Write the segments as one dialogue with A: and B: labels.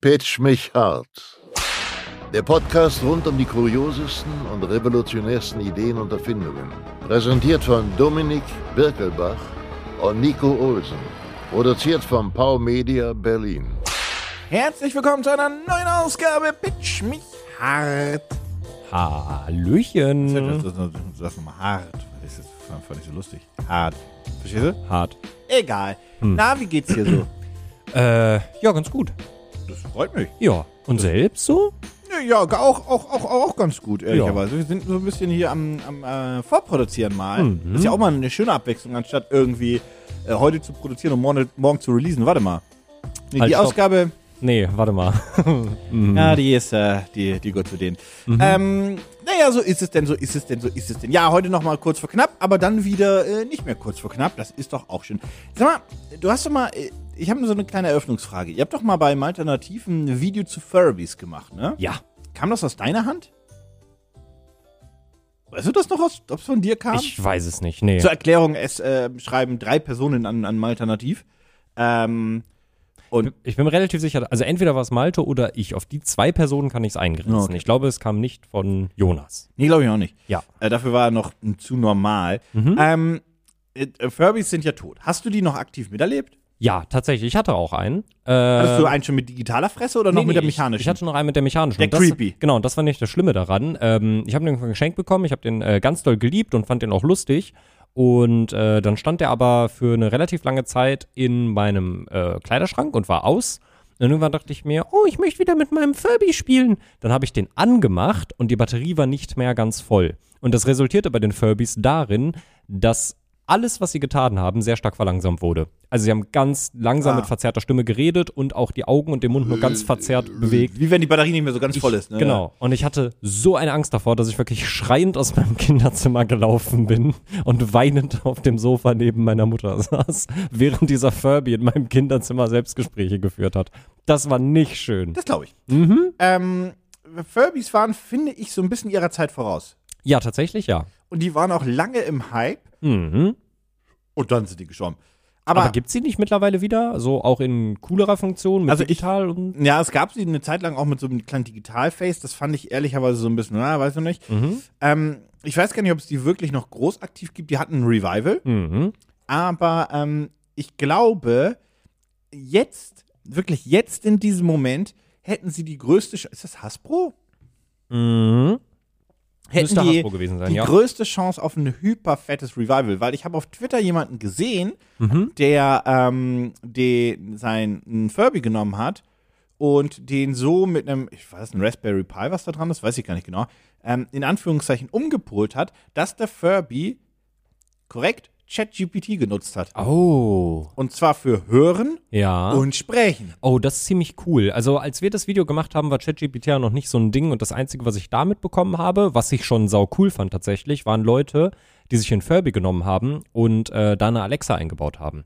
A: Pitch mich hart. Der Podcast rund um die kuriosesten und revolutionärsten Ideen und Erfindungen. Präsentiert von Dominik Birkelbach und Nico Olsen. Produziert von Pau Media Berlin.
B: Herzlich willkommen zu einer neuen Ausgabe Pitch mich hart.
C: Hallöchen.
D: Mhm. Das, das, das, das nochmal hart. Das ist, fand, fand ich so lustig. Hart. Verstehst du? Hm.
C: Hart.
B: Egal. Na, wie geht's dir so?
C: Äh, ja, ganz gut.
D: Das freut mich.
C: Ja. Und selbst so?
D: Ja, ja auch, auch, auch, auch ganz gut, ehrlicherweise. Wir sind so ein bisschen hier am, am äh, Vorproduzieren mal. Ist ja auch mal eine schöne Abwechslung, anstatt irgendwie äh, heute zu produzieren und morgen, morgen zu releasen. Warte mal. Nee,
C: Halt,
D: die
C: stopp.
D: Ausgabe,
C: Nee, warte mal.
D: ja, die ist, äh, die, die gehört zu denen. Ähm, naja, so ist es denn, so ist es denn, so ist es denn. Ja, heute nochmal kurz vor knapp, aber dann wieder äh, nicht mehr kurz vor knapp. Das ist doch auch schön. Sag mal, du hast doch mal, äh, ich habe so eine kleine Eröffnungsfrage. Ihr habt doch mal beim Alternativen ein Video zu Furbies gemacht, ne?
C: Ja.
D: Kam das aus deiner Hand? Weißt du das noch, ob es von dir kam?
C: Ich weiß es nicht. Nee.
D: Zur Erklärung, es äh, schreiben drei Personen an, an Alternativ. Ähm, und
C: Ich bin mir relativ sicher, also entweder war es Malte oder ich. Auf die zwei Personen kann ich es eingrenzen.
D: Ja, okay.
C: Ich glaube, es kam nicht von Jonas.
D: nee, glaube ich auch nicht.
C: Ja.
D: Äh, dafür war er noch hm, zu normal.
C: Mhm.
D: Ähm, äh, äh, Furbies sind ja tot. Hast du die noch aktiv miterlebt?
C: Ja, tatsächlich. Ich hatte auch einen. Äh,
D: Hattest du einen schon mit digitaler Fresse oder noch
C: nee,
D: mit der
C: nee,
D: mechanischen?
C: Ich, ich hatte noch einen mit der mechanischen.
D: Der
C: Und das,
D: creepy.
C: Genau, und das war nicht das Schlimme daran. Ähm, ich habe den geschenkt bekommen, ich habe den äh, ganz doll geliebt und fand den auch lustig. Und äh, dann stand der aber für eine relativ lange Zeit in meinem äh, Kleiderschrank und war aus. Und irgendwann dachte ich mir, oh, ich möchte wieder mit meinem Furby spielen. Dann habe ich den angemacht und die Batterie war nicht mehr ganz voll. Und das resultierte bei den Furbys darin, dass alles, was sie getan haben, sehr stark verlangsamt wurde. Also sie haben ganz langsam mit verzerrter Stimme geredet und auch die Augen und den Mund nur ganz verzerrt bewegt.
D: Wie wenn die Batterie nicht mehr so ganz voll ist. Ne?
C: Genau. Und ich hatte so eine Angst davor, dass ich wirklich schreiend aus meinem Kinderzimmer gelaufen bin und weinend auf dem Sofa neben meiner Mutter saß, während dieser Furby in meinem Kinderzimmer Selbstgespräche geführt hat. Das war nicht schön.
D: Das glaube ich.
C: Mhm.
D: Ähm, Furbies waren, finde ich, so ein bisschen ihrer Zeit voraus.
C: Ja, tatsächlich ja.
D: Und die waren auch lange im Hype.
C: Mhm.
D: Und dann sind die gestorben.
C: Aber,
D: Aber,
C: gibt's die nicht mittlerweile wieder? So auch in coolerer Funktion mit
D: Also ich-
C: digital und
D: ja, es gab sie eine Zeit lang auch mit so einem kleinen Digitalface. Das fand ich ehrlicherweise so ein bisschen, na, weiß ich nicht.
C: Mhm.
D: Ähm, ich weiß gar nicht, ob es die wirklich noch groß aktiv gibt. Die hatten ein Revival.
C: mhm.
D: Aber ähm, ich glaube, jetzt, wirklich jetzt in diesem Moment, hätten sie die größte Sch- Ist das Hasbro?
C: Mhm.
D: Hätten
C: Müsste
D: die,
C: Hasbro gewesen sein,
D: die
C: ja.
D: größte Chance auf ein hyperfettes Revival, weil ich habe auf Twitter jemanden gesehen,
C: Mhm.
D: der ähm, den, seinen Furby genommen hat und den so mit einem, ich weiß, ein Raspberry Pi, was da dran ist, weiß ich gar nicht genau, ähm, in Anführungszeichen umgepolt hat, dass der Furby korrekt ChatGPT genutzt hat.
C: Oh.
D: Und zwar für Hören
C: Ja.
D: und Sprechen.
C: Oh, das ist ziemlich cool. Also, als wir das Video gemacht haben, war ChatGPT ja noch nicht so ein Ding und das Einzige, was ich da mitbekommen habe, was ich schon sau cool fand tatsächlich, waren Leute, die sich in Furby genommen haben und äh, da eine Alexa eingebaut haben.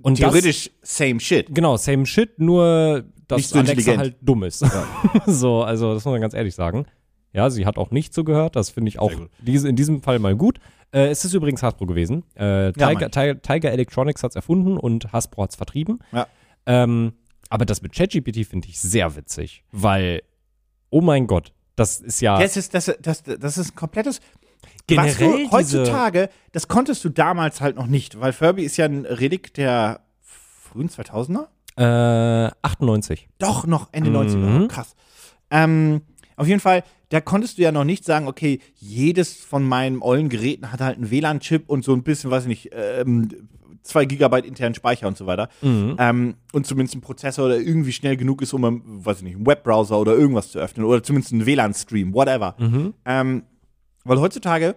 C: Und
D: Theoretisch same shit.
C: Das, genau, same shit, nur dass
D: Nicht so
C: Alexa
D: intelligent.
C: halt dumm ist. so, also, das muss man ganz ehrlich sagen. Ja, sie hat auch nicht zugehört. Das finde ich auch
D: gut.
C: diese, in diesem Fall mal gut. Äh, es ist übrigens Hasbro gewesen. Äh,
D: Ja,
C: Tiger, Ti- Tiger Electronics hat es erfunden und Hasbro hat es vertrieben.
D: Ja.
C: Ähm, aber das mit ChatGPT finde ich sehr witzig, weil, oh mein Gott, das ist ja
D: Das ist, das, das, das ist ein komplettes.
C: Generell
D: was du heutzutage, das konntest du damals halt noch nicht, weil Furby ist ja ein Relikt der frühen 2000er?
C: äh, 98.
D: Doch, noch Ende 90er. Krass. Ähm, auf jeden Fall, da konntest du ja noch nicht sagen, okay, jedes von meinen ollen Geräten hat halt einen WLAN-Chip und so ein bisschen, weiß ich nicht, ähm, 2 Gigabyte internen Speicher und so weiter. Ähm, und zumindest ein Prozessor, der irgendwie schnell genug ist, um, einen, weiß ich nicht, einen Webbrowser oder irgendwas zu öffnen oder zumindest einen WLAN-Stream, whatever. Ähm, weil heutzutage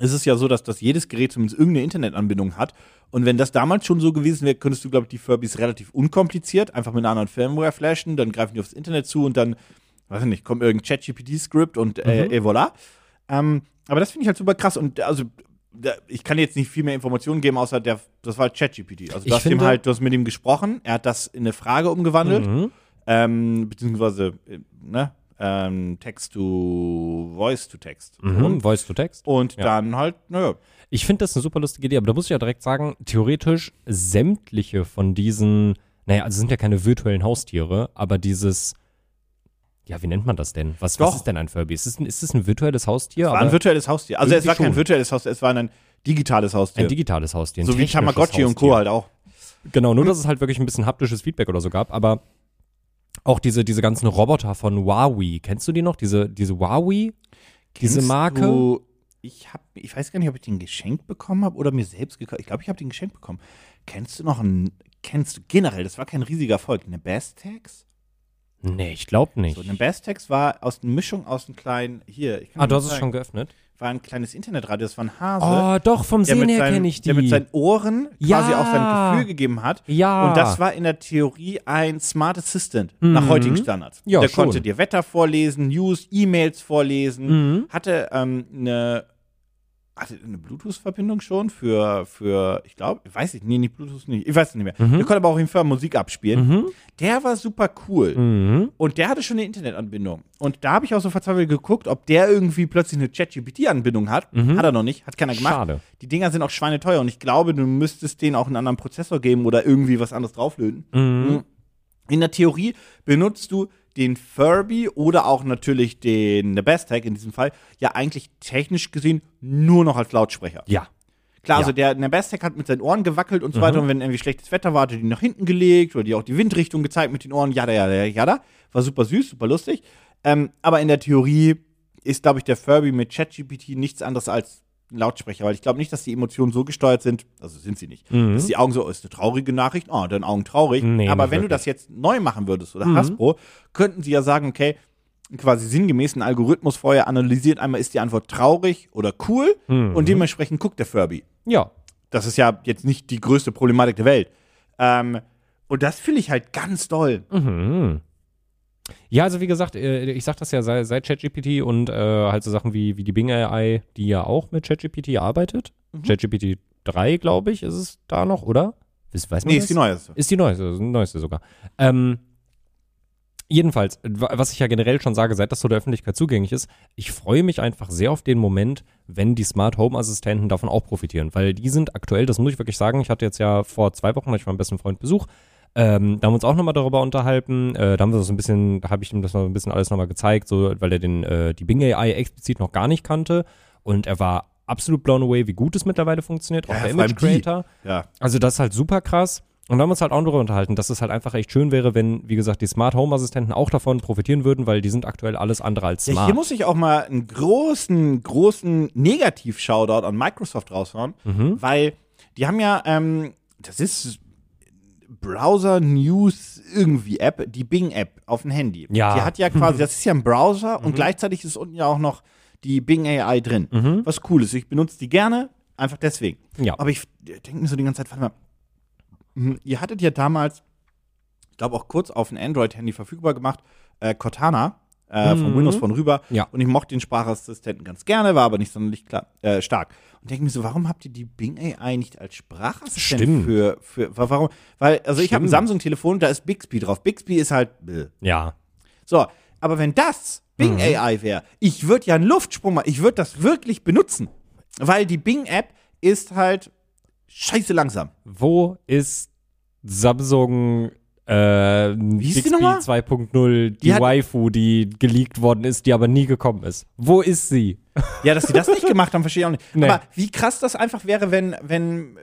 D: ist es ja so, dass das jedes Gerät zumindest irgendeine Internetanbindung hat. Und wenn das damals schon so gewesen wäre, könntest du, glaube ich, die Furbys relativ unkompliziert einfach mit einer anderen Firmware flashen, dann greifen die aufs Internet zu und dann, weiß ich nicht, kommt irgendein ChatGPT-Skript und äh,
C: Mhm.
D: et voilà. Ähm, aber das finde ich halt super krass. Und also, da, ich kann jetzt nicht viel mehr Informationen geben, außer der, das war halt ChatGPT. Also,
C: Ich
D: du hast, ihm
C: finde-
D: halt, du hast mit ihm gesprochen, er hat das in eine Frage umgewandelt,
C: Mhm.
D: ähm, beziehungsweise, äh, ne? Ähm, Text to Voice to Text.
C: Mhm. Voice to Text.
D: Und
C: Ja.
D: dann halt, naja,
C: Ich finde das eine super lustige Idee, aber da muss ich ja direkt sagen, theoretisch sämtliche von diesen naja, also sind ja keine virtuellen Haustiere, aber dieses, ja, wie nennt man das denn? Was, was
D: Doch.
C: ist denn ein Furby? Ist es ein, ist es ein virtuelles Haustier?
D: War ein virtuelles Haustier. Also es
C: Irgendwie
D: war kein
C: schon.
D: virtuelles Haustier, es war ein digitales Haustier.
C: ein digitales Haustier. Ein
D: so wie
C: technisches
D: Tamagotchi und Mhm.
C: Haustier.
D: Co. halt auch.
C: Genau, nur dass es halt wirklich ein bisschen haptisches Feedback oder so gab, aber auch diese, diese ganzen Roboter von Huawei, kennst du die noch? Diese, diese Huawei? Diese
D: Kennst
C: Marke?
D: Du, ich, hab, ich weiß gar nicht, ob ich den geschenkt bekommen habe oder mir selbst gekauft. Ich glaube, ich habe den geschenkt bekommen. Kennst du noch einen, kennst du generell, das war kein riesiger Erfolg, eine Bastex?
C: Nee, ich glaube nicht.
D: So, eine Bastex war aus einer Mischung aus einem kleinen, hier, ich kann
C: ah,
D: dir
C: du
D: mal
C: hast es
D: zeigen.
C: schon geöffnet?
D: war ein kleines Internetradio, das war ein Hase.
C: Oh, doch, vom
D: der
C: Sehen
D: mit
C: her
D: seinen-
C: kenne ich die.
D: Der mit seinen Ohren
C: Ja.
D: quasi auf sein Gefühl gegeben hat.
C: Ja. Mhm.
D: Und das war in der Theorie ein Smart Assistant nach heutigen Standards.
C: Ja,
D: der
C: schon.
D: konnte dir Wetter vorlesen, News, E-Mails vorlesen,
C: Mhm.
D: hatte ähm, eine hatte eine Bluetooth-Verbindung schon für, für, ich glaube, weiß ich, nee, nicht Bluetooth, nicht, ich weiß es nicht mehr.
C: Mhm.
D: Der konnte aber auch auf jeden Fall Musik abspielen. Der war super cool.
C: mhm.
D: Und der hatte schon eine Internetanbindung. Und da habe ich auch so verzweifelt geguckt, ob der irgendwie plötzlich eine ChatGPT-Anbindung hat. Hat er noch nicht, hat keiner gemacht.
C: Schade.
D: Die Dinger sind auch schweineteuer und ich glaube, du müsstest denen auch einen anderen Prozessor geben oder irgendwie was anderes drauflöten. Mhm. In der Theorie benutzt du den Furby oder auch natürlich den Best-Tag in diesem Fall ja eigentlich technisch gesehen nur noch als Lautsprecher.
C: Ja.
D: Klar,
C: Ja. Mhm.
D: also der Nebestek hat mit seinen Ohren gewackelt und so weiter. Und wenn irgendwie schlechtes Wetter war, hat er die nach hinten gelegt oder die auch die Windrichtung gezeigt mit den Ohren. Jada, jada, jada. War super süß, super lustig. Ähm, aber in der Theorie ist, glaube ich, der Furby mit ChatGPT nichts anderes als ein Lautsprecher, weil ich glaube nicht, dass die Emotionen so gesteuert sind, also sind sie nicht, dass die Augen so, oh, ist eine traurige Nachricht, oh, deine Augen traurig.
C: Mhm. Nee,
D: aber
C: nicht
D: wenn du
C: wirklich. Mhm.
D: das jetzt neu machen würdest oder Hasbro, könnten sie ja sagen, okay, quasi sinngemäß einen Algorithmus vorher analysiert, einmal ist die Antwort traurig oder cool
C: Mhm.
D: und dementsprechend guckt der Furby.
C: Ja.
D: Das ist ja jetzt nicht die größte Problematik der Welt. Ähm, und das finde ich halt ganz doll.
C: Mhm. Ja, also wie gesagt, äh, ich sag das ja sei- seit ChatGPT und äh, halt so Sachen wie, wie die Bing AI, die ja auch mit ChatGPT arbeitet.
D: Mhm.
C: ChatGPT 3, glaube ich, ist es da noch, oder? Weiß, weiß man
D: Nee,
C: das?
D: ist die neueste.
C: Ist die neueste, ist die neueste sogar. Ähm, jedenfalls, wa- was ich ja generell schon sage, seit das so der Öffentlichkeit zugänglich ist, ich freue mich einfach sehr auf den Moment, wenn die Smart Home Assistenten davon auch profitieren, weil die sind aktuell, das muss ich wirklich sagen, ich hatte jetzt ja vor zwei Wochen, hatte ich meinen besten Freund Besuch, ähm, da haben wir uns auch nochmal darüber unterhalten. Äh, da haben wir so ein bisschen, habe ich ihm das noch ein bisschen alles nochmal gezeigt, so, weil er den, äh, die Bing AI explizit noch gar nicht kannte. Und er war absolut blown away, wie gut es mittlerweile funktioniert, auch
D: Ja,
C: der
D: vor allem
C: Image Creator.
D: Ja.
C: Also das ist halt super krass. Und da haben wir uns halt auch darüber unterhalten, dass es halt einfach echt schön wäre, wenn, wie gesagt, die Smart Home Assistenten auch davon profitieren würden, weil die sind aktuell alles andere als
D: ja.
C: smart.
D: Hier muss ich auch mal einen großen, großen Negativ-Shoutout an Microsoft raushauen,
C: Mhm.
D: weil die haben ja, ähm, das ist Browser News irgendwie App, die Bing App auf dem Handy.
C: Ja. Mhm.
D: Die hat ja quasi, das ist ja ein Browser und gleichzeitig ist unten ja auch noch die Bing AI drin. Was cool ist. Ich benutze die gerne, einfach deswegen.
C: Mhm. Ja.
D: Aber ich denke mir so die ganze Zeit, warte mal, mhm, ihr hattet ja damals, ich glaube auch kurz auf ein Android-Handy verfügbar gemacht, äh, Cortana. Äh, Von Windows von rüber.
C: Mhm. Ja.
D: Und ich mochte den Sprachassistenten ganz gerne, war aber nicht sonderlich klar, äh, stark. Und denke mir so, warum habt ihr die Bing AI nicht als Sprachassistent
C: Stimmt.
D: für, für wa- warum? Weil, also ich habe ein
C: Stimmt.
D: Samsung-Telefon, da ist Bixby drauf. Bixby ist halt. Bäh.
C: ja.
D: So, aber wenn das Bing
C: Mhm.
D: AI wäre, ich würde ja einen Luftsprung machen, ich würde das wirklich benutzen. Weil die Bing-App ist halt scheiße langsam.
C: Wo ist Samsung äh,
D: hieß die
C: Bixby
D: nochmal?
C: 2.0, die,
D: Die hat-
C: Waifu, die geleakt worden ist, die aber nie gekommen ist? Wo ist sie?
D: Ja, dass sie das nicht gemacht haben, verstehe ich auch nicht.
C: Nee.
D: Aber wie krass das einfach wäre, wenn, wenn äh,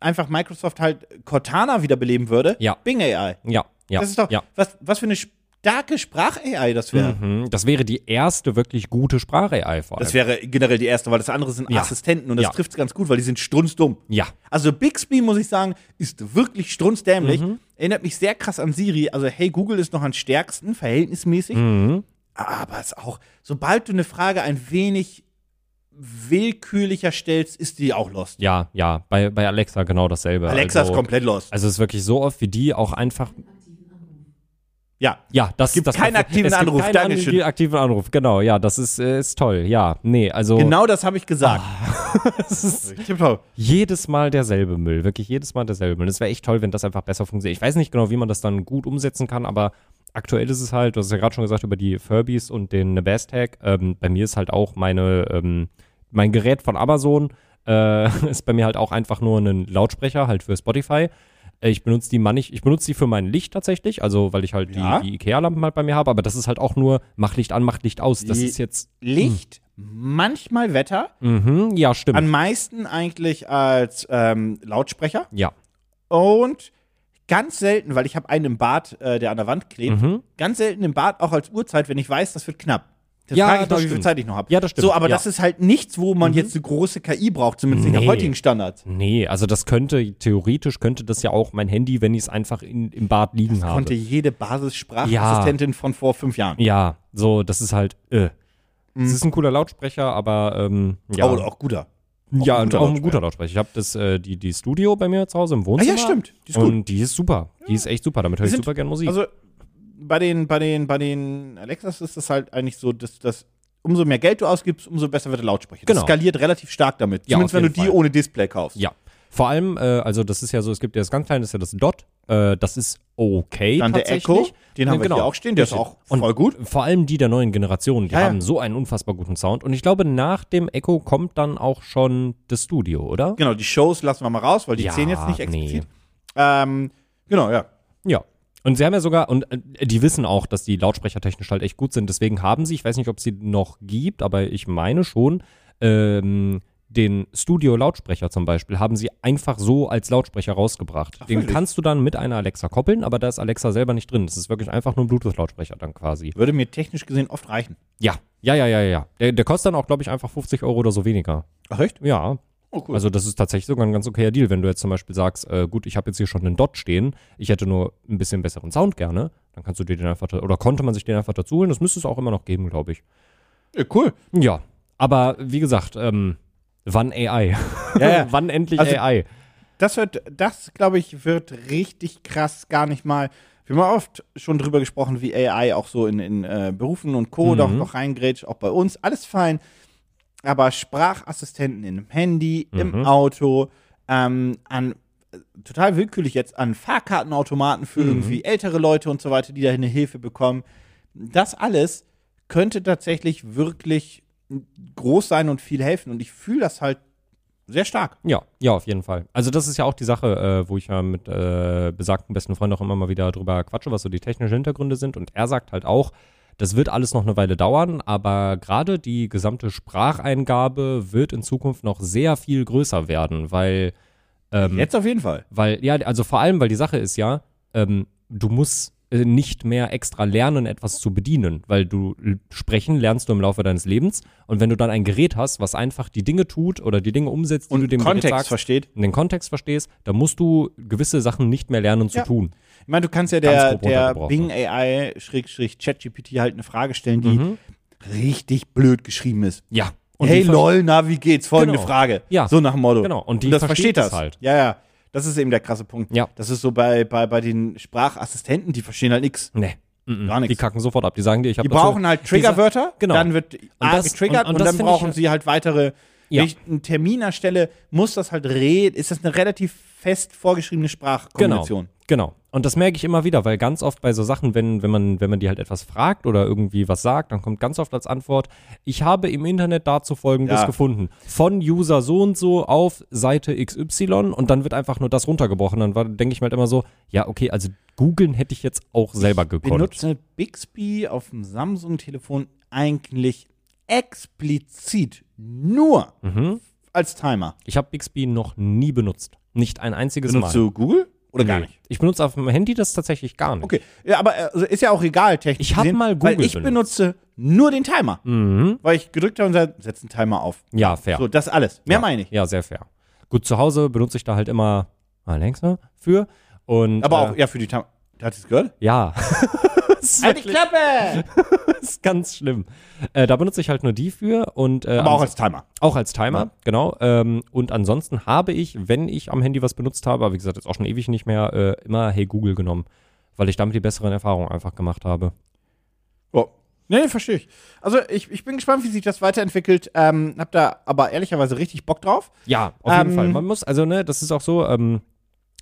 D: einfach Microsoft halt Cortana wiederbeleben würde.
C: Ja.
D: Bing AI.
C: Ja, ja.
D: das ist doch,
C: ja.
D: was, was für eine starke Sprach-AI das wäre.
C: Mhm. Das wäre die erste wirklich gute Sprache-AI vor allem.
D: Das wäre generell die erste, weil das andere sind
C: Ja.
D: Assistenten und das
C: Ja.
D: trifft es ganz gut, weil die sind strunzdumm.
C: ja.
D: Also Bixby, muss ich sagen, ist wirklich strunzdämlich.
C: Mhm.
D: Erinnert mich sehr krass an Siri. Also hey, Google ist noch am stärksten, verhältnismäßig.
C: Mhm.
D: Aber es ist auch, sobald du eine Frage ein wenig willkürlicher stellst, ist die auch lost.
C: Ja, ja. Bei, bei Alexa genau dasselbe.
D: Alexa
C: also,
D: ist komplett lost.
C: Also es ist wirklich so oft, wie die auch einfach
D: ja.
C: Ja, das
D: gibt
C: das
D: keinen aktiven
C: es gibt
D: Anruf,
C: Keinen
D: Dankeschön.
C: ange- aktiven Anruf, genau. Ja, das ist, äh, ist toll. Ja, nee, also Ah.
D: Genau das habe ich gesagt.
C: das ist
D: Tipptopp.
C: jedes Mal derselbe Müll, wirklich jedes Mal derselbe Müll. Es wäre echt toll, wenn das einfach besser funktioniert. Ich weiß nicht genau, wie man das dann gut umsetzen kann, aber aktuell ist es halt, du hast ja gerade schon gesagt über die Furbies und den Best Tag. Ähm, bei mir ist halt auch meine ähm, mein Gerät von Amazon äh, ist bei mir halt auch einfach nur ein Lautsprecher halt für Spotify. Äh, Ich benutze die manch, ich benutze die für mein Licht tatsächlich, also weil ich halt
D: Ja.
C: die, die IKEA-Lampen halt bei mir habe, aber das ist halt auch nur, mach Licht an, mach Licht aus. Das
D: Die-
C: ist jetzt,
D: Licht,
C: Hm.
D: manchmal Wetter,
C: mhm, ja, stimmt.
D: am meisten eigentlich als ähm, Lautsprecher
C: ja.
D: und ganz selten, weil ich habe einen im Bad, äh, der an der Wand klebt,
C: Mhm.
D: ganz selten im Bad auch als Uhrzeit, wenn ich weiß, das wird knapp. Das
C: Ja,
D: frage ich noch,
C: das
D: wie viel
C: stimmt.
D: Zeit ich noch habe.
C: Ja, das stimmt,
D: So, aber
C: ja. Mhm.
D: das ist halt nichts, wo man jetzt eine große KI braucht, zumindest nicht
C: Nee.
D: nach heutigen Standards.
C: Nee, also das könnte, theoretisch könnte das ja auch mein Handy, wenn ich es einfach in, im Bad liegen habe.
D: Konnte jede Basissprachassistentin von vor fünf Jahren.
C: Ja, so, das ist halt, äh. Es ist ein cooler Lautsprecher, aber, ähm, ja.
D: Aber Mhm. auch guter.
C: ja, und
D: guter
C: auch ein guter Lautsprecher. Ich habe das, äh, die, die Studio bei mir zu Hause im Wohnzimmer.
D: Ah stimmt. Die
C: Die
D: ist
C: ist
D: gut.
C: und die ist super. Die ist echt super. Damit höre ich
D: sind-
C: super gern Musik.
D: Also bei den, bei den, bei den Alexas ist das halt eigentlich so, dass das umso mehr Geld du ausgibst, umso besser wird der Lautsprecher.
C: Genau.
D: Das skaliert relativ stark damit.
C: Ja,
D: Zumindest
C: auf
D: wenn du
C: jeden
D: die
C: Fall.
D: ohne Display kaufst.
C: ja. Vor allem, äh, also das ist ja so, es gibt ja das ganz kleine, das ist ja das Dot. Äh, das ist okay
D: Dann der
C: tatsächlich.
D: Echo, den haben wir
C: Genau.
D: hier auch stehen, der ist
C: Richtig.
D: auch voll gut.
C: Vor allem die der neuen Generation, die
D: Ja, ja.
C: haben so einen unfassbar guten Sound. Und ich glaube, nach dem Echo kommt dann auch schon das Studio, oder?
D: Genau, die Shows lassen wir mal raus, weil die
C: Ja,
D: zählen jetzt nicht
C: nee.
D: explizit. Ähm, genau, ja.
C: Ja. Und sie haben ja sogar, und äh, die wissen auch, dass die Lautsprecher technisch halt echt gut sind. Deswegen haben sie, ich weiß nicht, ob es sie noch gibt, aber ich meine schon, ähm, den Studio-Lautsprecher zum Beispiel haben sie einfach so als Lautsprecher rausgebracht. den
D: wirklich?
C: kannst du dann mit einer Alexa koppeln, aber da ist Alexa selber nicht drin. Das ist wirklich einfach nur ein Bluetooth-Lautsprecher dann quasi.
D: Würde mir technisch gesehen oft reichen.
C: Ja, ja, ja, ja, ja. Der, der kostet dann auch, glaube ich, einfach 50 Euro oder so weniger.
D: Ach, echt?
C: Ja.
D: Oh, cool.
C: Also das ist tatsächlich sogar ein ganz okayer Deal, wenn du jetzt zum Beispiel sagst, äh, gut, ich habe jetzt hier schon einen Dot stehen, ich hätte nur ein bisschen besseren Sound gerne, dann kannst du dir den einfach, da- oder konnte man sich den einfach dazu holen, das müsste es auch immer noch geben, glaube ich.
D: Ja, cool.
C: Ja, aber wie gesagt, ähm, wann AI?
D: Ja, ja.
C: wann endlich
D: Also-
C: AI?
D: Das wird, das glaube ich, wird richtig krass gar nicht mal. Wir haben oft schon drüber gesprochen, wie AI auch so in, in äh, Berufen und Co. doch noch reingrätscht, auch bei uns. Alles fein. Aber Sprachassistenten in dem Handy, im Auto, ähm, an äh, total willkürlich jetzt an Fahrkartenautomaten für irgendwie ältere Leute und so weiter, die da eine Hilfe bekommen. Das alles könnte tatsächlich wirklich groß sein und viel helfen. Und ich fühle das halt sehr stark.
C: Ja, ja, auf jeden Fall. Also das ist ja auch die Sache, äh, wo ich ja mit äh, besagten besten Freund auch immer mal wieder drüber quatsche, was so die technischen Hintergründe sind. Und er sagt halt auch, das wird alles noch eine Weile dauern, aber gerade die gesamte Spracheingabe wird in Zukunft noch sehr viel größer werden, weil ähm, Mhm.
D: Jetzt auf jeden Fall.
C: weil, ja, also vor allem, weil die Sache ist ja, ähm, du musst äh, nicht mehr extra lernen, etwas zu bedienen, weil du l- sprechen lernst du im Laufe deines Lebens und wenn du dann ein Gerät hast, was einfach die Dinge tut oder die Dinge umsetzt, die
D: Und
C: du dem
D: Kontext
C: Gerät sagst,
D: versteht.
C: und den Kontext verstehst, dann musst du gewisse Sachen nicht mehr lernen zu
D: Ja.
C: tun.
D: Ich meine, du kannst ja
C: Ganz
D: der,
C: grob
D: der
C: runtergebrochen.
D: Bing AI Schrägstrich ChatGPT halt eine Frage stellen, die
C: Mhm.
D: richtig blöd geschrieben ist.
C: Ja.
D: hey
C: die ver-
D: lol, na wie geht's? Folgende
C: Genau.
D: Frage.
C: Ja.
D: So nach dem Motto.
C: Genau. Und die
D: das versteht
C: versteht das
D: das
C: halt.
D: Ja, ja. Das ist eben der krasse Punkt.
C: Ja.
D: Das ist so bei, bei, bei den Sprachassistenten, die verstehen halt nichts.
C: Nee. Mm-mm.
D: Gar nix.
C: Mhm. Die kacken sofort ab. Die sagen dir, ich habe
D: Die brauchen halt Triggerwörter,
C: genau.
D: dann wird A
C: das-
D: getriggert
C: und- und
D: und,
C: das
D: dann
C: finde ich
D: brauchen
C: halt-
D: sie halt weitere.
C: Ja.
D: Wenn ich einen Termin erstelle, muss das halt reden. Ist das eine relativ fest vorgeschriebene Sprachkombination?
C: Genau, genau. Und das merke ich immer wieder, weil ganz oft bei so Sachen, wenn, wenn, man, wenn man die halt etwas fragt oder irgendwie was sagt, dann kommt ganz oft als Antwort, ich habe im Internet dazu folgendes
D: Ja.
C: gefunden. Von User so und so auf Seite XY und dann wird einfach nur das runtergebrochen. Dann war- denke ich mir halt immer so, ja, okay, also googeln hätte ich jetzt auch selber gekonnt.
D: benutze Bixby auf dem Samsung-Telefon eigentlich explizit nur
C: Mhm.
D: als Timer.
C: Ich habe Bixby noch nie benutzt. Nicht ein einziges
D: Benutzt
C: Mal.
D: du Google oder gar
C: Nee.
D: nicht?
C: Ich benutze auf dem Handy das tatsächlich gar nicht.
D: Okay, ja, aber äh, also ist ja auch egal technisch.
C: Ich hab
D: gesehen,
C: mal
D: weil
C: Google Mhm.
D: ich benutze nur den Timer, weil ich gedrückt habe und gesagt, setz einen Timer auf.
C: Ja, fair.
D: So, das alles. Mehr meine ich.
C: Ja, sehr fair. Gut, zu Hause benutze ich da halt immer Alexa für. Und,
D: Aber
C: äh,
D: auch ja für die Timer. Hat es gehört?
C: Ja,
D: Halt die Klappe!
C: ist ganz schlimm. Äh, da benutze ich halt nur die für und äh,
D: Aber auch
C: ans-
D: als Timer.
C: auch als Timer, genau. Ähm, und ansonsten habe ich, wenn ich am Handy was benutzt habe, aber wie gesagt, jetzt auch schon ewig nicht mehr, äh, immer Hey Google genommen, weil ich damit die besseren Erfahrungen einfach gemacht habe.
D: Oh. Nee, verstehe ich. Also ich, ich bin gespannt, wie sich das weiterentwickelt. Ähm, hab da aber ehrlicherweise richtig Bock drauf.
C: Ja, auf jeden
D: Ähm,
C: Fall. Man muss, also ne, das ist auch so. Ähm,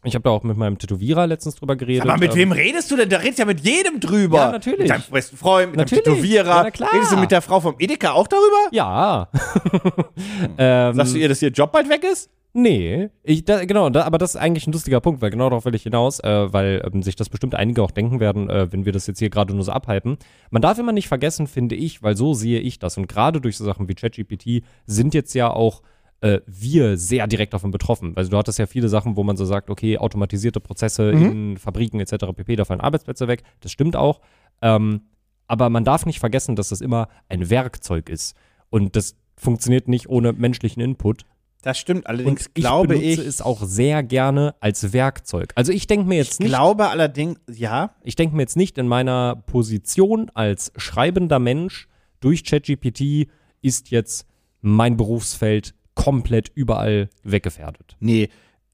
C: ich habe da auch mit meinem Tätowierer letztens drüber geredet.
D: Aber mit
C: ähm,
D: wem redest du denn? Da redest du ja mit jedem drüber.
C: Ja, natürlich.
D: Mit deinem besten Freund, mit
C: Natürlich.
D: deinem Tätowierer.
C: Ja, na klar.
D: Redest du mit der Frau vom Edeka auch darüber?
C: Ja. ähm,
D: Sagst du ihr, dass ihr Job bald weg ist?
C: Nee, ich, da, genau, da, aber das ist eigentlich ein lustiger Punkt, weil genau darauf will ich hinaus, äh, weil ähm, sich das bestimmt einige auch denken werden, äh, wenn wir das jetzt hier gerade nur so abhypen. Man darf immer nicht vergessen, finde ich, weil so sehe ich das. Und gerade durch so Sachen wie ChatGPT sind jetzt ja auch äh, wir sehr direkt davon betroffen. Also du hattest ja viele Sachen, wo man so sagt, okay, automatisierte Prozesse in Fabriken etc. pp, da fallen Arbeitsplätze weg. Das stimmt auch. Ähm, aber man darf nicht vergessen, dass das immer ein Werkzeug ist. Und das funktioniert nicht ohne menschlichen Input.
D: Das stimmt allerdings,
C: Und ich
D: glaube ich.
C: benutze es auch sehr gerne als Werkzeug. Also ich denke mir jetzt
D: ich
C: nicht,
D: glaube allerdings, ja,
C: ich denke mir jetzt nicht in meiner Position als schreibender Mensch durch ChatGPT ist jetzt mein Berufsfeld komplett überall weggefährdet.
D: nee.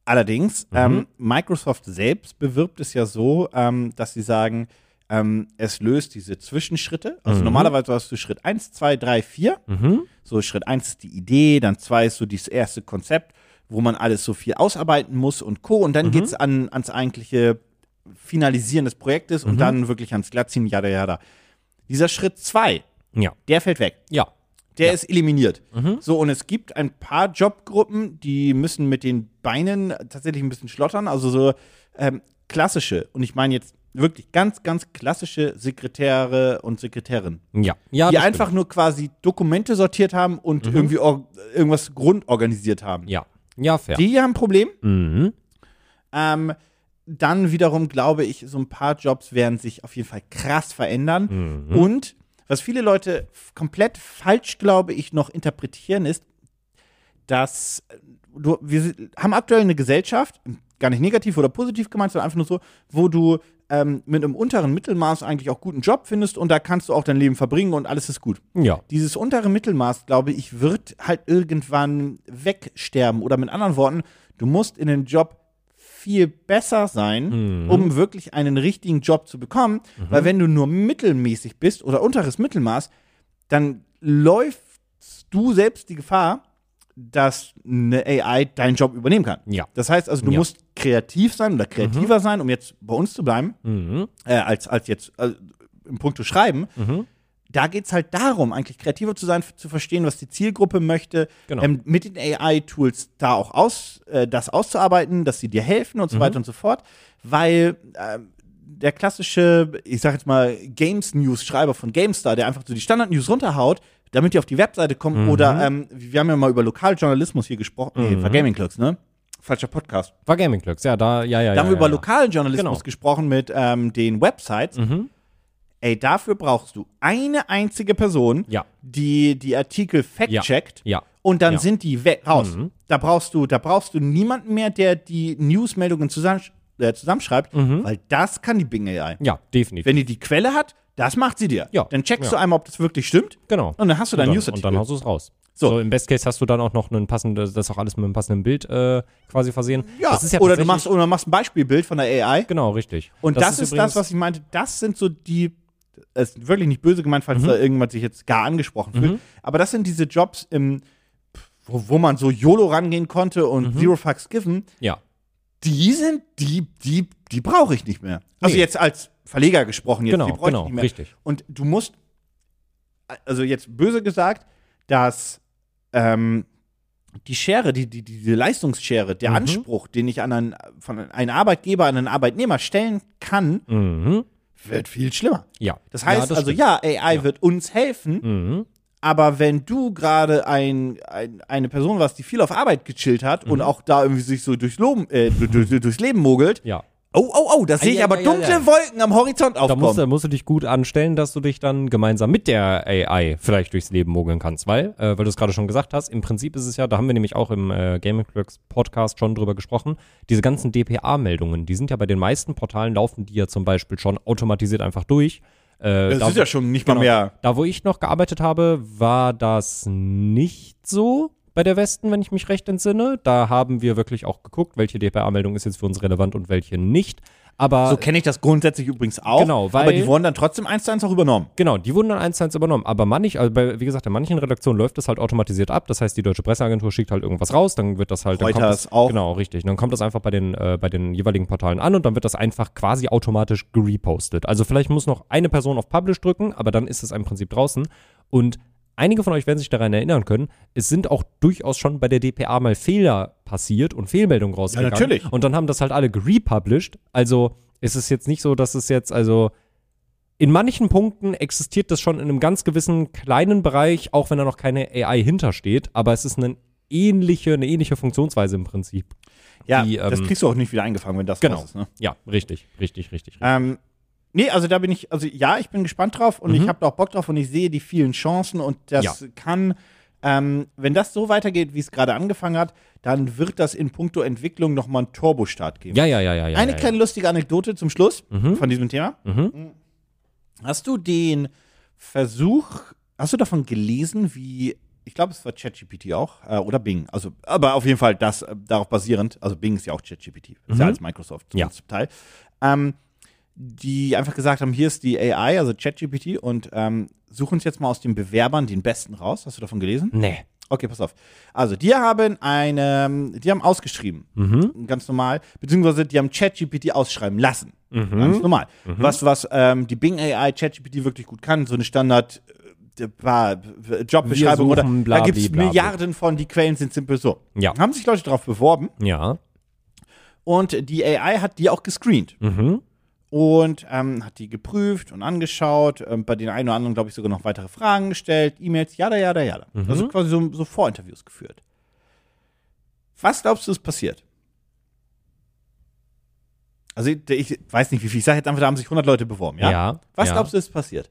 D: Allerdings,
C: Mhm.
D: ähm, Microsoft selbst bewirbt es ja so, ähm, dass sie sagen, ähm, es löst diese Zwischenschritte.
C: Mhm.
D: Also normalerweise hast du Schritt 1, 2, 3, 4. So Schritt 1 ist die Idee, dann 2 ist so dieses erste Konzept, wo man alles so viel ausarbeiten muss und Co. Und dann geht's an, ans eigentliche Finalisieren des Projektes und dann wirklich ans Glattziehen, jada, jada. Dieser Schritt 2,
C: Ja,
D: der fällt weg.
C: ja.
D: Der ist eliminiert. So, und es gibt ein paar Jobgruppen, die müssen mit den Beinen tatsächlich ein bisschen schlottern. Also so ähm, klassische, und ich meine jetzt wirklich ganz, ganz klassische Sekretäre und Sekretärinnen,
C: Ja, ja.
D: die
C: das
D: einfach nur quasi Dokumente sortiert haben und irgendwie or irgendwas grundorganisiert haben.
C: stimmt. Ja, ja, fair.
D: Die haben ein Problem.
C: mhm.
D: Ähm, dann wiederum glaube ich, so ein paar Jobs werden sich auf jeden Fall krass verändern.
C: Mhm.
D: Und was viele Leute f- komplett falsch, glaube ich, noch interpretieren, ist, dass äh, du, wir si- haben aktuell eine Gesellschaft, gar nicht negativ oder positiv gemeint, sondern einfach nur so, wo du ähm, mit einem unteren Mittelmaß eigentlich auch guten Job findest und da kannst du auch dein Leben verbringen und alles ist gut.
C: Ja.
D: Dieses untere Mittelmaß, glaube ich, wird halt irgendwann wegsterben. Oder mit anderen Worten, du musst in den Job viel besser sein,
C: Mhm.
D: um wirklich einen richtigen Job zu bekommen. Weil wenn du nur mittelmäßig bist oder unteres Mittelmaß, dann läufst du selbst die Gefahr, dass eine AI deinen Job übernehmen kann.
C: Ja.
D: Das heißt also, du
C: Ja.
D: musst kreativ sein oder kreativer sein, um jetzt bei uns zu bleiben,
C: Mhm.
D: äh, als, als jetzt äh, im Punkt zu schreiben
C: Mhm.
D: da geht es halt darum, eigentlich kreativer zu sein, f- zu verstehen, was die Zielgruppe möchte,
C: Genau.
D: ähm, mit den AI-Tools da auch aus, äh, das auszuarbeiten, dass sie dir helfen
C: Mhm.
D: und so weiter und so fort, weil ähm, der klassische, ich sag jetzt mal, Games-News-Schreiber von GameStar, der einfach so die Standard-News runterhaut, damit die auf die Webseite kommen
C: Mhm.
D: oder ähm, wir haben ja mal über Lokaljournalismus hier gesprochen, nee, war Gaming Clerks, ne? Falscher Podcast.
C: War Gaming Clerks, ja, da, ja, ja.
D: Da haben
C: ja,
D: wir
C: ja,
D: über
C: ja.
D: lokalen Journalismus
C: Genau. Mhm.
D: gesprochen mit ähm, den Websites. Ey, dafür brauchst du eine einzige Person,
C: Ja.
D: die die Artikel fact-checkt
C: Ja.
D: und dann
C: Ja. Mhm.
D: sind die weg, raus. Da brauchst du, da brauchst du niemanden mehr, der die Newsmeldungen zusammen, äh, zusammenschreibt,
C: Mhm.
D: weil das kann die Bing AI.
C: Ja, definitiv.
D: Wenn die die Quelle hat, das macht sie dir.
C: Ja.
D: Dann checkst
C: Ja.
D: du einmal, ob das wirklich stimmt.
C: Genau.
D: Und dann hast du deinen
C: dann-
D: Newsartikel.
C: Und dann haust du es raus.
D: So.
C: So. im Best Case hast du dann auch noch einen passenden, das auch alles mit einem passenden Bild äh, quasi versehen.
D: Ja.
C: das ist ja
D: oder du
C: tatsächlich-
D: machst oder machst ein Beispielbild von der AI.
C: Genau, richtig.
D: Und das, ist,
C: übrigens-
D: das, was ich meinte. Das sind so die, es ist wirklich nicht böse gemeint,
C: Mhm.
D: falls da irgendwann sich jetzt gar angesprochen fühlt, aber das sind diese Jobs, im, wo, wo man so YOLO rangehen konnte und
C: Mhm.
D: Zero Fucks Given,
C: Ja.
D: die sind, die, die, die brauche ich nicht mehr. Also
C: Nee.
D: jetzt als Verleger gesprochen, jetzt,
C: Genau,
D: die brauche
C: genau,
D: ich nicht mehr.
C: richtig.
D: Und du musst, also jetzt böse gesagt, dass ähm, die Schere, die, die, diese Leistungsschere,
C: Mhm.
D: der Anspruch, den ich an einen, von einem Arbeitgeber an einen Arbeitnehmer stellen kann,
C: Mhm.
D: wird viel schlimmer.
C: Ja.
D: Das heißt
C: ja,
D: also,
C: stimmt.
D: ja, AI wird uns helfen,
C: Mhm.
D: aber wenn du gerade ein, ein, eine Person warst, die viel auf Arbeit gechillt hat
C: Mhm.
D: und auch da irgendwie sich so durchs, Loben, äh, du- du- du- durchs Leben mogelt,
C: Ja.
D: oh, oh, oh, da sehe ich
C: ja,
D: aber
C: ja, ja,
D: dunkle
C: ja.
D: Wolken am Horizont
C: Da musst,
D: aufkommen.
C: du, musst du dich gut anstellen, dass du dich dann gemeinsam mit der AI vielleicht durchs Leben mogeln kannst, weil, äh, weil du es gerade schon gesagt hast, im Prinzip ist es ja, da haben wir nämlich auch im äh, Game Clerks Podcast schon drüber gesprochen, diese ganzen DPA-Meldungen, die sind ja bei den meisten Portalen, laufen die ja zum Beispiel schon automatisiert einfach durch. Äh, da-
D: schon nicht
C: Genau. Da, wo ich noch gearbeitet habe, war das nicht so bei der Westen, wenn ich mich recht entsinne. Da haben wir wirklich auch geguckt, welche DPA-Meldung ist jetzt für uns relevant und welche nicht. Aber
D: So kenne ich das grundsätzlich übrigens auch.
C: Genau, weil-
D: aber die wurden dann trotzdem eins zu eins auch übernommen.
C: Genau, die wurden dann eins zu eins übernommen. Aber manch, also bei, wie gesagt, in manchen Redaktionen läuft das halt automatisiert ab. Das heißt, die deutsche Presseagentur schickt halt irgendwas raus, dann wird das halt. Dann kommt
D: Reuters
C: das,
D: auch.
C: Genau, richtig. Dann kommt das einfach bei den, äh, bei den jeweiligen Portalen an und dann wird das einfach quasi automatisch gerepostet. Also vielleicht muss noch eine Person auf Publish drücken, aber dann ist es im Prinzip draußen. Und Einige von euch werden sich daran erinnern können, es sind auch durchaus schon bei der DPA mal Fehler passiert und Fehlmeldungen rausgegangen.
D: natürlich.
C: Und dann haben das halt alle gerepublished. Also ist es jetzt nicht so, dass es jetzt, also in manchen Punkten existiert das schon in einem ganz gewissen kleinen Bereich, auch wenn da noch keine AI hintersteht, aber es ist eine ähnliche, eine ähnliche Funktionsweise im Prinzip.
D: Ja,
C: die,
D: das
C: ähm,
D: kriegst du auch nicht wieder eingefangen, wenn das
C: Genau.
D: raus ist. Ne?
C: Ja, richtig, richtig, richtig. richtig.
D: Ähm, nee, also da bin ich, also ja, ich bin gespannt drauf und ich habe da auch Bock drauf und ich sehe die vielen Chancen und das
C: Ja.
D: kann, ähm, wenn das so weitergeht, wie es gerade angefangen hat, dann wird das in puncto Entwicklung nochmal einen Turbostart geben.
C: ja, ja, ja, ja, ja.
D: Eine
C: ja, Mhm.
D: kleine lustige Anekdote zum Schluss von diesem Thema. Hast du den Versuch, hast du davon gelesen, wie, ich glaube, es war ChatGPT auch, äh, oder Bing, also, aber auf jeden Fall das, äh, darauf basierend, also Bing ist ja auch ChatGPT, ist ja als Microsoft
C: Mhm. Ja.
D: zum Teil, ähm, die einfach gesagt haben, hier ist die AI, also ChatGPT, und ähm, such uns jetzt mal aus den Bewerbern den Besten raus. Hast du davon gelesen?
C: ja. Nee.
D: Okay, pass auf. Also, die haben eine, die haben ausgeschrieben,
C: Mhm.
D: ganz normal, beziehungsweise die haben ChatGPT ausschreiben lassen,
C: Mhm.
D: ganz normal. Was, was ähm, die Bing AI ChatGPT wirklich gut kann, so eine Standard äh, paar, äh, Jobbeschreibung
C: suchen
D: oder
C: bla,
D: da gibt es
C: bli, bla, bli.
D: Milliarden von, die Quellen sind simpel so.
C: Ja.
D: Haben sich Leute drauf beworben
C: Ja.
D: und die AI hat die auch gescreent
C: Mhm.
D: und ähm, hat die geprüft und angeschaut, ähm, bei den einen oder anderen, glaube ich, sogar noch weitere Fragen gestellt, E-Mails, jada, jada, jada.
C: Mhm.
D: Also quasi so, so Vorinterviews geführt. Was glaubst du, ist passiert? Also ich, ich weiß nicht, wie viel. Ich sage jetzt einfach, da haben sich 100 Leute beworben, ja?
C: Ja,
D: Was
C: ja.
D: glaubst du, ist passiert?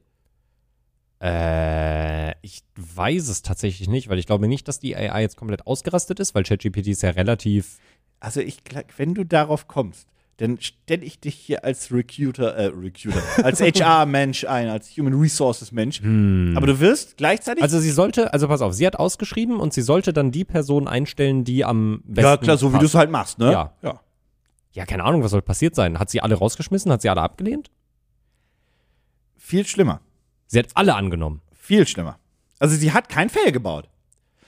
C: Äh, ich weiß es tatsächlich nicht, weil ich glaube nicht, dass die AI jetzt komplett ausgerastet ist, weil ChatGPT ist ja relativ.
D: Also ich, gla- wenn du darauf kommst, dann stelle ich dich hier als Recruiter, äh, Recruiter, als HR-Mensch ein, als Human Resources-Mensch. Aber du wirst gleichzeitig
C: Hm. Also sie sollte, also pass auf, sie hat ausgeschrieben und sie sollte dann die Person einstellen, die am besten.
D: ja klar, so wie
C: passt.
D: du es halt machst, ne?
C: Ja.
D: ja.
C: Ja, keine Ahnung, was soll passiert sein? Hat sie alle rausgeschmissen? Hat sie alle abgelehnt?
D: Viel schlimmer.
C: Sie hat alle angenommen.
D: Viel schlimmer. Also sie hat kein Fail gebaut.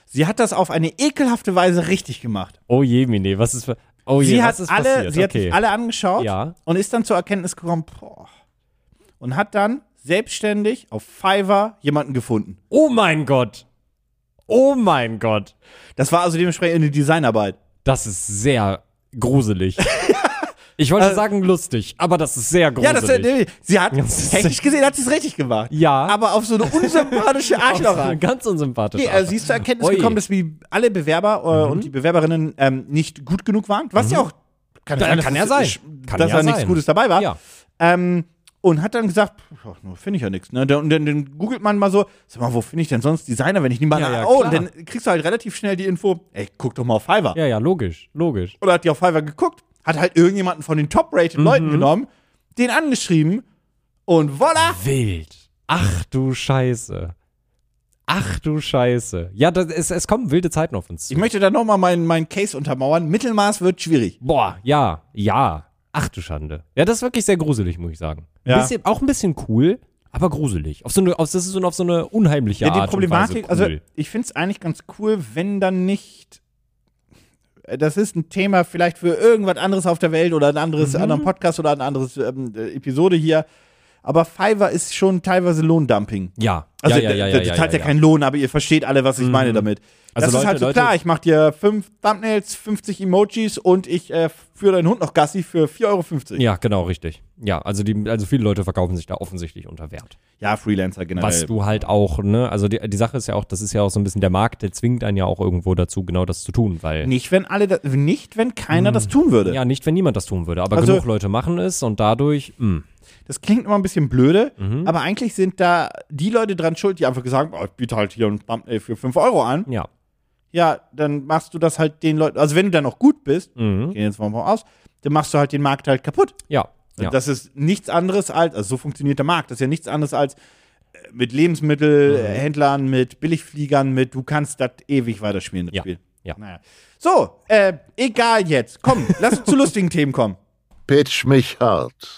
D: Sie hat das auf eine ekelhafte Weise richtig gemacht.
C: Oh je, Mine, was ist. Oh je,
D: Sie
C: was
D: hat
C: ist
D: alle,
C: passiert?
D: sie hat
C: okay.
D: sich alle angeschaut
C: Ja.
D: und ist dann zur Erkenntnis gekommen, boah. Und hat dann selbstständig auf Fiverr jemanden gefunden.
C: oh mein Gott. Oh mein Gott.
D: Das war also dementsprechend eine Designarbeit.
C: Das ist sehr gruselig. ich wollte sagen lustig, aber Äh. das ist sehr
D: Ja,
C: gruselig.
D: das, äh, sie hat
C: Das ist-
D: technisch gesehen hat sie es richtig gemacht.
C: Ja.
D: Aber auf so eine unsympathische Arschlochart.
C: Ganz unsympathisch.
D: Nee,
C: aber-
D: also sie ist zur Erkenntnis
C: Oje.
D: gekommen, dass wir alle Bewerber äh,
C: Mhm.
D: und die Bewerberinnen ähm, nicht gut genug waren, was ja auch kann,
C: Da- Mhm. kann ja
D: dass-
C: sein.
D: sch-
C: Kann
D: dass
C: ja
D: da nichts
C: sein.
D: Gutes dabei war.
C: Ja.
D: Ähm, und hat dann gesagt, pff, ach, nur finde ich ja nichts. Ne? Da- Und dann, dann googelt man mal so, sag mal, wo finde ich denn sonst Designer, wenn ich niemanden
C: Ja, ja,
D: Oh, und
C: klar.
D: dann kriegst du halt relativ schnell die Info, ey, guck doch mal auf Fiverr.
C: Ja, ja, logisch, logisch.
D: Oder hat die auf Fiverr geguckt, hat halt irgendjemanden von den top-rated
C: Mhm.
D: Leuten genommen, den angeschrieben und voilà,
C: Wild. Ach du Scheiße. Ach du Scheiße. Ja, das, es, es kommen wilde Zeiten auf uns zu.
D: Ich möchte da nochmal meinen mein Case untermauern. Mittelmaß wird schwierig.
C: Boah, ja, ja. Ach du Schande. Ja, das ist wirklich sehr gruselig, muss ich sagen.
D: Ja.
C: Bisschen, auch ein bisschen cool, aber gruselig. Auf so eine, auf, das ist so eine, auf so eine unheimliche
D: Ja, die
C: Art
D: Problematik,
C: und Weise.
D: also
C: Cool.
D: ich finde es eigentlich ganz cool, wenn dann nicht. äh, Das ist ein Thema vielleicht für irgendwas anderes auf der Welt oder ein anderes
C: Mhm.
D: anderen Podcast oder eine andere ähm, äh, Episode hier. Aber Fiverr ist schon teilweise Lohndumping.
C: ja.
D: Also
C: ja, ja, ja,
D: der,
C: ja,
D: der
C: ja,
D: zahlt ja,
C: ja.
D: keinen Lohn, aber ihr versteht alle, was ich meine damit. Das
C: Also
D: ist
C: Leute-
D: halt so
C: Leute-
D: klar, ich mache dir fünf Thumbnails, 50 Emojis und ich äh, führe deinen Hund noch Gassi für 4,50 Euro.
C: Ja, genau, richtig. Ja, also, die, also viele Leute verkaufen sich da offensichtlich unter Wert.
D: Ja, Freelancer generell.
C: Was du halt auch, ne, also die, die Sache ist ja auch, das ist ja auch so ein bisschen der Markt, der zwingt einen ja auch irgendwo dazu, genau das zu tun, weil.
D: Nicht, wenn alle das, nicht, wenn keiner das tun würde.
C: Mhm. Ja, nicht, wenn niemand das tun würde, aber
D: Also-
C: genug Leute machen es und dadurch, hm, mh,
D: Das klingt immer ein bisschen blöde,
C: Mhm.
D: aber eigentlich sind da die Leute dran schuld, die einfach gesagt haben, oh, ich biete halt hier ein Thumbnail für 5 Euro an.
C: ja.
D: Ja, dann machst du das halt den Leuten, also wenn du dann auch gut bist,
C: Mhm.
D: gehen jetzt mal aus, dann machst du halt den Markt halt kaputt.
C: Ja. Ja.
D: Das ist nichts anderes als, also so funktioniert der Markt, das ist ja nichts anderes als äh, mit
C: Mhm.
D: Lebensmittelhändlern, mit Billigfliegern, mit du kannst das ewig weiterspielen, das
C: Ja.
D: Spiel.
C: Ja.
D: Naja. So, äh, egal jetzt. Komm, lass uns zu lustigen Themen kommen.
A: Pitch mich hart.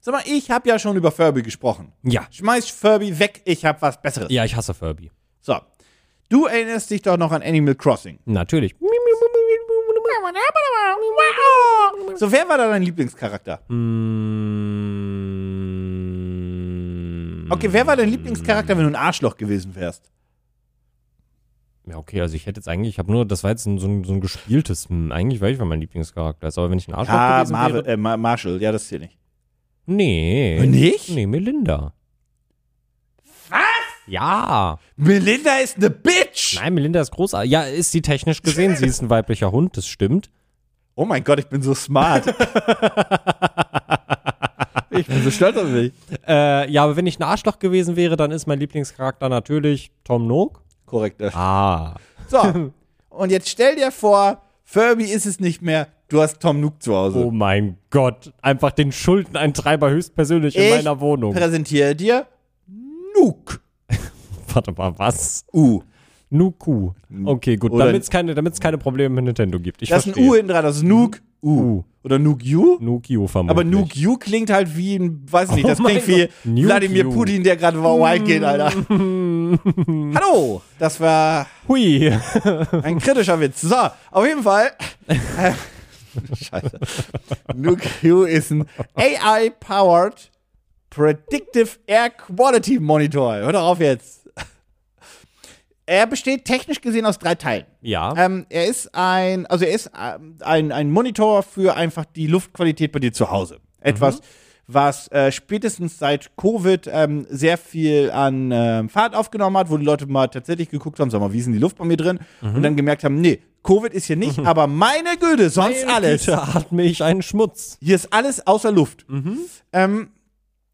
D: Sag mal, ich habe ja schon über Furby gesprochen.
C: Ja.
D: Schmeiß Furby weg, ich habe was Besseres.
C: Ja, ich hasse Furby.
D: So. Du erinnerst dich doch noch an Animal Crossing.
C: Natürlich.
D: So, wer war da dein Lieblingscharakter?
C: Hm. Mm.
D: Okay, wer war dein Lieblingscharakter, wenn du ein Arschloch gewesen wärst?
C: Ja, okay, also ich hätte jetzt eigentlich, ich habe nur, das war jetzt ein, so, ein, so ein gespieltes, hm, eigentlich weiß ich, wer mein Lieblingscharakter ist, aber wenn ich ein Arschloch
D: Ah,
C: gewesen
D: Marvel,
C: wäre.
D: äh, Ma- Marshall, ja, das zählt nicht.
C: Nee.
D: Nicht?
C: Nee, Melinda. Was? Ja.
D: Melinda ist eine Bitch!
C: Nein, Melinda ist großartig. Ja, ist sie technisch gesehen, sie ist ein weiblicher Hund, das stimmt.
D: Oh mein Gott, ich bin so smart. ich bin so stolz auf mich.
C: Äh, ja, aber wenn ich ein Arschloch gewesen wäre, dann ist mein Lieblingscharakter natürlich Tom Nook.
D: Korrekt. das-
C: Ah.
D: So, und jetzt stell dir vor, Furby ist es nicht mehr, du hast Tom Nook zu Hause.
C: Oh mein Gott. Einfach den Schuldeneintreiber höchstpersönlich in
D: Ich
C: meiner Wohnung.
D: Präsentiere dir Nook.
C: Warte mal, was?
D: U.
C: Nuku. Okay, gut.
D: Oder-
C: Damit es keine, damit's keine Probleme mit Nintendo gibt. Ich
D: Da ist ein
C: verstehe.
D: U hinten dran, das ist Nook. U. Oder Nook U?
C: Nukio vermutlich.
D: Aber Nook U klingt halt wie ein, weiß nicht, das
C: Oh
D: klingt
C: mein
D: wie
C: Gott. Nuke
D: Wladimir
C: U.
D: Putin, der gerade über Hawaii geht, Alter. Hallo, das war
C: Hui.
D: Ein kritischer Witz. So, auf jeden Fall. Äh, Scheiße. Nuke Q ist ein AI-powered Predictive Air Quality Monitor. Hör doch auf jetzt. Er besteht technisch gesehen aus drei Teilen.
C: Ja.
D: Ähm, er ist ein, also er ist ähm, ein, ein Monitor für einfach die Luftqualität bei dir zu Hause. Etwas, was äh, spätestens seit Covid ähm, sehr viel an ähm, Fahrt aufgenommen hat, wo die Leute mal tatsächlich geguckt haben, sag mal, wie ist denn die Luft bei mir drin? Und dann gemerkt haben, nee, Covid ist hier nicht, aber meine Güte, sonst alles.
C: Güte, atme ich einen Schmutz.
D: Hier ist alles außer Luft. Ähm,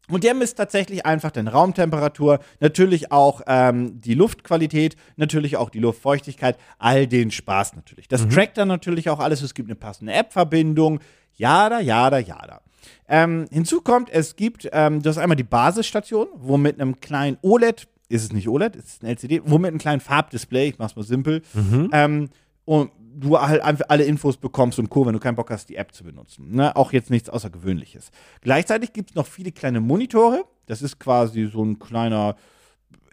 D: und der misst tatsächlich einfach den Raumtemperatur, natürlich auch ähm, die Luftqualität, natürlich auch die Luftfeuchtigkeit, all den Spaß natürlich. Das trackt dann natürlich auch alles. Es gibt eine passende App-Verbindung. Jada, jada, jada. Ähm, hinzu kommt, es gibt, ähm, du hast einmal die Basisstation, wo mit einem kleinen OLED, ist es nicht OLED, ist es ein LCD, wo mit einem kleinen Farbdisplay, ich mach's mal simpel, ähm, und du halt einfach alle Infos bekommst und Co., wenn du keinen Bock hast, die App zu benutzen. Ne? Auch jetzt nichts Außergewöhnliches. Gleichzeitig gibt es noch viele kleine Monitore. Das ist quasi so ein kleiner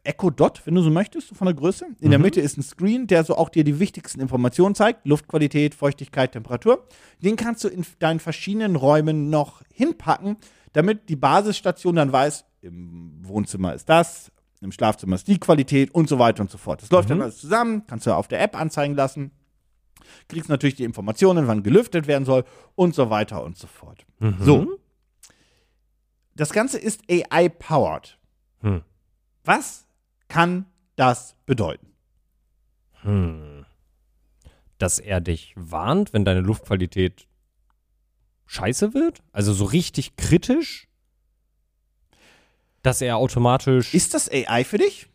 D: Echo Dot, wenn du so möchtest, so von der Größe. In der Mitte ist ein Screen, der so auch dir die wichtigsten Informationen zeigt: Luftqualität, Feuchtigkeit, Temperatur. Den kannst du in deinen verschiedenen Räumen noch hinpacken, damit die Basisstation dann weiß, im Wohnzimmer ist das, im Schlafzimmer ist die Qualität und so weiter und so fort. Das läuft dann alles zusammen, kannst du auf der App anzeigen lassen kriegst natürlich die Informationen, wann gelüftet werden soll und so weiter und so fort. So. Das Ganze ist AI-powered.
C: Hm.
D: Was kann das bedeuten?
C: Dass er dich warnt, wenn deine Luftqualität scheiße wird? Also so richtig kritisch? Dass er automatisch.
D: Ist das AI für dich?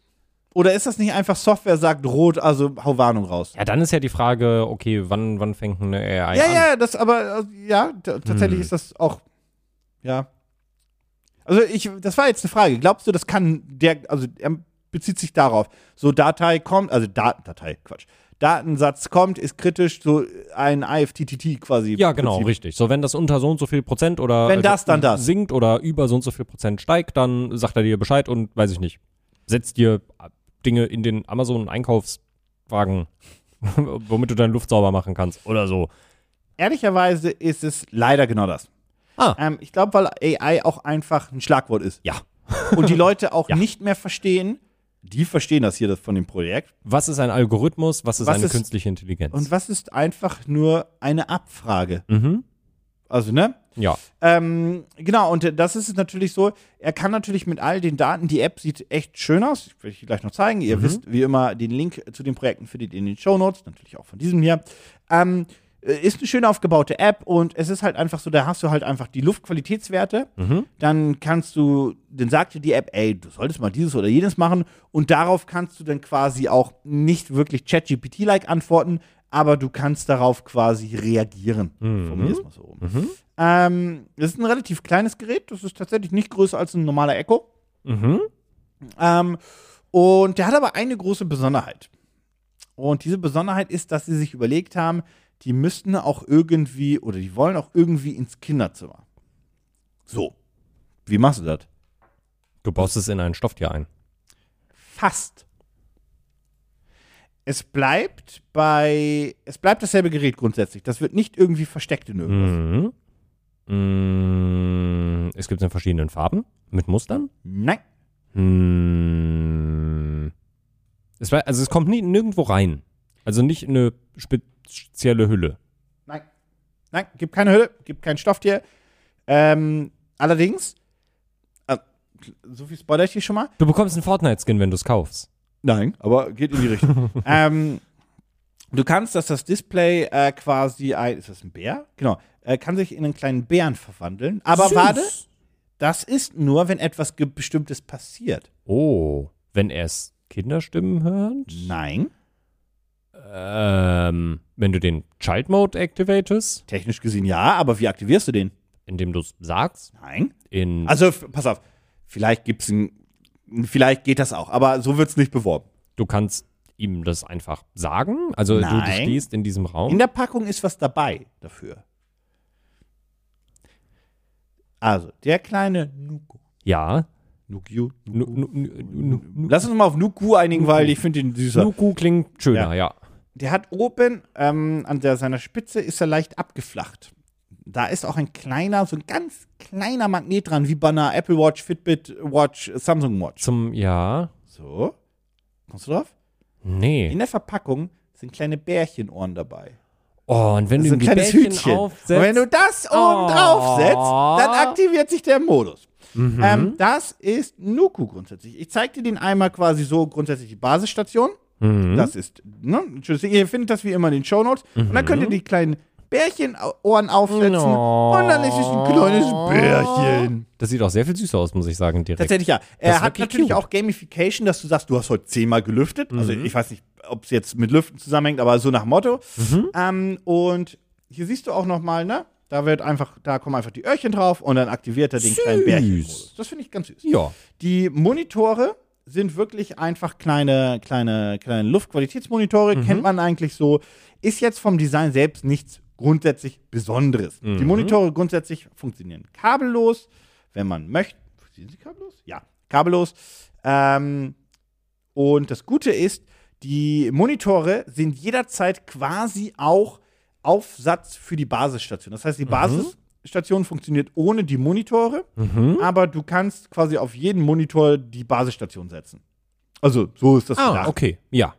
D: Oder ist das nicht einfach Software sagt rot, also hau Warnung raus?
C: ja, dann ist ja die Frage, okay, wann, wann fängt eine AI
D: Ja,
C: an?
D: ja, das aber, äh, ja, t- tatsächlich
C: Hm.
D: ist das auch, ja. Also ich, das war jetzt eine Frage. Glaubst du, das kann der, also er bezieht sich darauf, so Datei kommt, also Dat Datei, Quatsch. Datensatz kommt, ist kritisch, so ein IFTTT quasi.
C: Ja, genau,
D: Prinzip.
C: richtig. So, wenn das unter so und so viel Prozent oder
D: Wenn das,
C: äh,
D: dann das.
C: sinkt oder über so und so viel Prozent steigt, dann sagt er dir Bescheid und weiß ich nicht. Setzt dir äh, Dinge in den Amazon-Einkaufswagen, womit du deine Luft sauber machen kannst oder so.
D: Ehrlicherweise ist es leider genau das.
C: Ah.
D: Ähm, ich glaube, weil AI auch einfach ein Schlagwort ist.
C: Ja.
D: Und die Leute auch
C: Ja.
D: nicht mehr verstehen, die verstehen das hier das von dem Projekt.
C: Was ist ein Algorithmus? Was ist
D: Was
C: eine
D: ist-
C: künstliche Intelligenz?
D: Und was ist einfach nur eine Abfrage?
C: mhm.
D: Also, ne?
C: Ja.
D: Ähm, genau, und äh, das ist es natürlich so. Er kann natürlich mit all den Daten, die App sieht echt schön aus. Ich will ich gleich noch zeigen. Ihr wisst, wie immer, den Link zu den Projekten findet ihr in den Shownotes, natürlich auch von diesem hier. Ähm, äh, äh, ist eine schön aufgebaute App und es ist halt einfach so, da hast du halt einfach die Luftqualitätswerte. Dann kannst du, dann sagt dir die App, ey, du solltest mal dieses oder jenes machen und darauf kannst du dann quasi auch nicht wirklich ChatGPT-like antworten, aber du kannst darauf quasi reagieren. Formulier's mal so um. Ähm, das ist ein relativ kleines Gerät, das ist tatsächlich nicht größer als ein normaler Echo.
C: Mhm.
D: Ähm, und der hat aber eine große Besonderheit. Und diese Besonderheit ist, dass sie sich überlegt haben, die müssten auch irgendwie oder die wollen auch irgendwie ins Kinderzimmer. So. Wie machst du das?
C: Du baust es in ein Stofftier ein.
D: Fast. Es bleibt bei. Es bleibt dasselbe Gerät grundsätzlich. Das wird nicht irgendwie versteckt in irgendwas.
C: Mhm. Mhm. Es gibt es in verschiedenen Farben mit Mustern.
D: Nein.
C: Mhm. Es war, also es kommt nie, nirgendwo rein. Also nicht eine spezielle Hülle.
D: Nein. Nein, gibt keine Hülle, gibt kein Stofftier. Ähm, allerdings, äh, so viel spoiler ich hier schon mal.
C: Du bekommst einen Fortnite-Skin, wenn du es kaufst.
D: Nein, aber geht in die Richtung. ähm, du kannst, dass das Display äh, quasi ein. Ist das ein Bär? Genau. Äh, kann sich in einen kleinen Bären verwandeln. Aber warte, das ist nur, wenn etwas ge- Bestimmtes passiert.
C: Oh, wenn er es Kinderstimmen hört?
D: Nein.
C: Ähm, wenn du den Child Mode activatest,
D: Technisch gesehen ja, aber wie aktivierst du den?
C: indem du es sagst,
D: Nein.
C: in
D: Also, f- pass auf. Vielleicht gibt's ein. Vielleicht geht das auch, aber so wird's nicht beworben.
C: du kannst ihm das einfach sagen. Also du, du
D: Nein.
C: stehst in diesem Raum.
D: In der Packung ist was dabei dafür. Also, der kleine Nuku.
C: ja.
D: Nukio.
C: Nu- nu- nu- nu- nu-
D: Lass uns mal auf Nuku einigen, weil ich finde ihn süßer.
C: Nuku klingt schöner, ja.
D: Der hat oben ähm, an der, seiner Spitze ist er leicht abgeflacht. Da ist auch ein kleiner, so ein ganz kleiner Magnet dran, wie bei einer Apple Watch, Fitbit Watch, Samsung Watch.
C: Zum, ja.
D: So. Kommst du drauf? In
C: Nee.
D: der Verpackung sind kleine Bärchenohren dabei.
C: Oh, und wenn
D: Das ist
C: du ihm
D: ein
C: die
D: kleines
C: Bällchen
D: Hütchen.
C: aufsetzt. Oh.
D: Und wenn du das oben drauf setzt, dann aktiviert sich der Modus.
C: Mhm.
D: Ähm, das ist Nuku grundsätzlich. Ich zeige dir den einmal quasi so grundsätzlich die Basisstation.
C: Mhm.
D: Das ist, ne? Entschuldigung, Ihr findet das wie immer in den Shownotes. Und dann
C: Mhm.
D: könnt ihr die kleinen Bärchenohren aufsetzen. Und dann ist es ein kleines Bärchen.
C: das sieht auch sehr viel süßer aus, muss ich sagen, direkt.
D: Tatsächlich ja.
C: ist
D: Er hat
C: wirklich
D: natürlich
C: cute.
D: auch Gamification, dass du sagst, du hast heute zehnmal gelüftet. Also
C: Mhm.
D: ich weiß nicht, ob es jetzt mit Lüften zusammenhängt, aber so nach dem Motto.
C: Mhm.
D: Ähm, und hier siehst du auch noch mal, ne? Da wird einfach, da kommen einfach die Öhrchen drauf und dann aktiviert er den kleinen Bärchen. Das finde ich ganz süß.
C: Ja.
D: Die Monitore sind wirklich einfach kleine, kleine, kleine Luftqualitätsmonitore, kennt man eigentlich so. Ist jetzt vom Design selbst nichts grundsätzlich Besonderes. Die Monitore grundsätzlich funktionieren kabellos, wenn man möchte. Funktionieren sie kabellos? Ja, kabellos. Ähm, und das Gute ist, die Monitore sind jederzeit quasi auch Aufsatz für die Basisstation. Das heißt, die Basisstation funktioniert ohne die Monitore,
C: Hm?
D: aber du kannst quasi auf jeden Monitor die Basisstation setzen. Also, so ist das
C: Ah,
D: gedacht.
C: okay. Ja.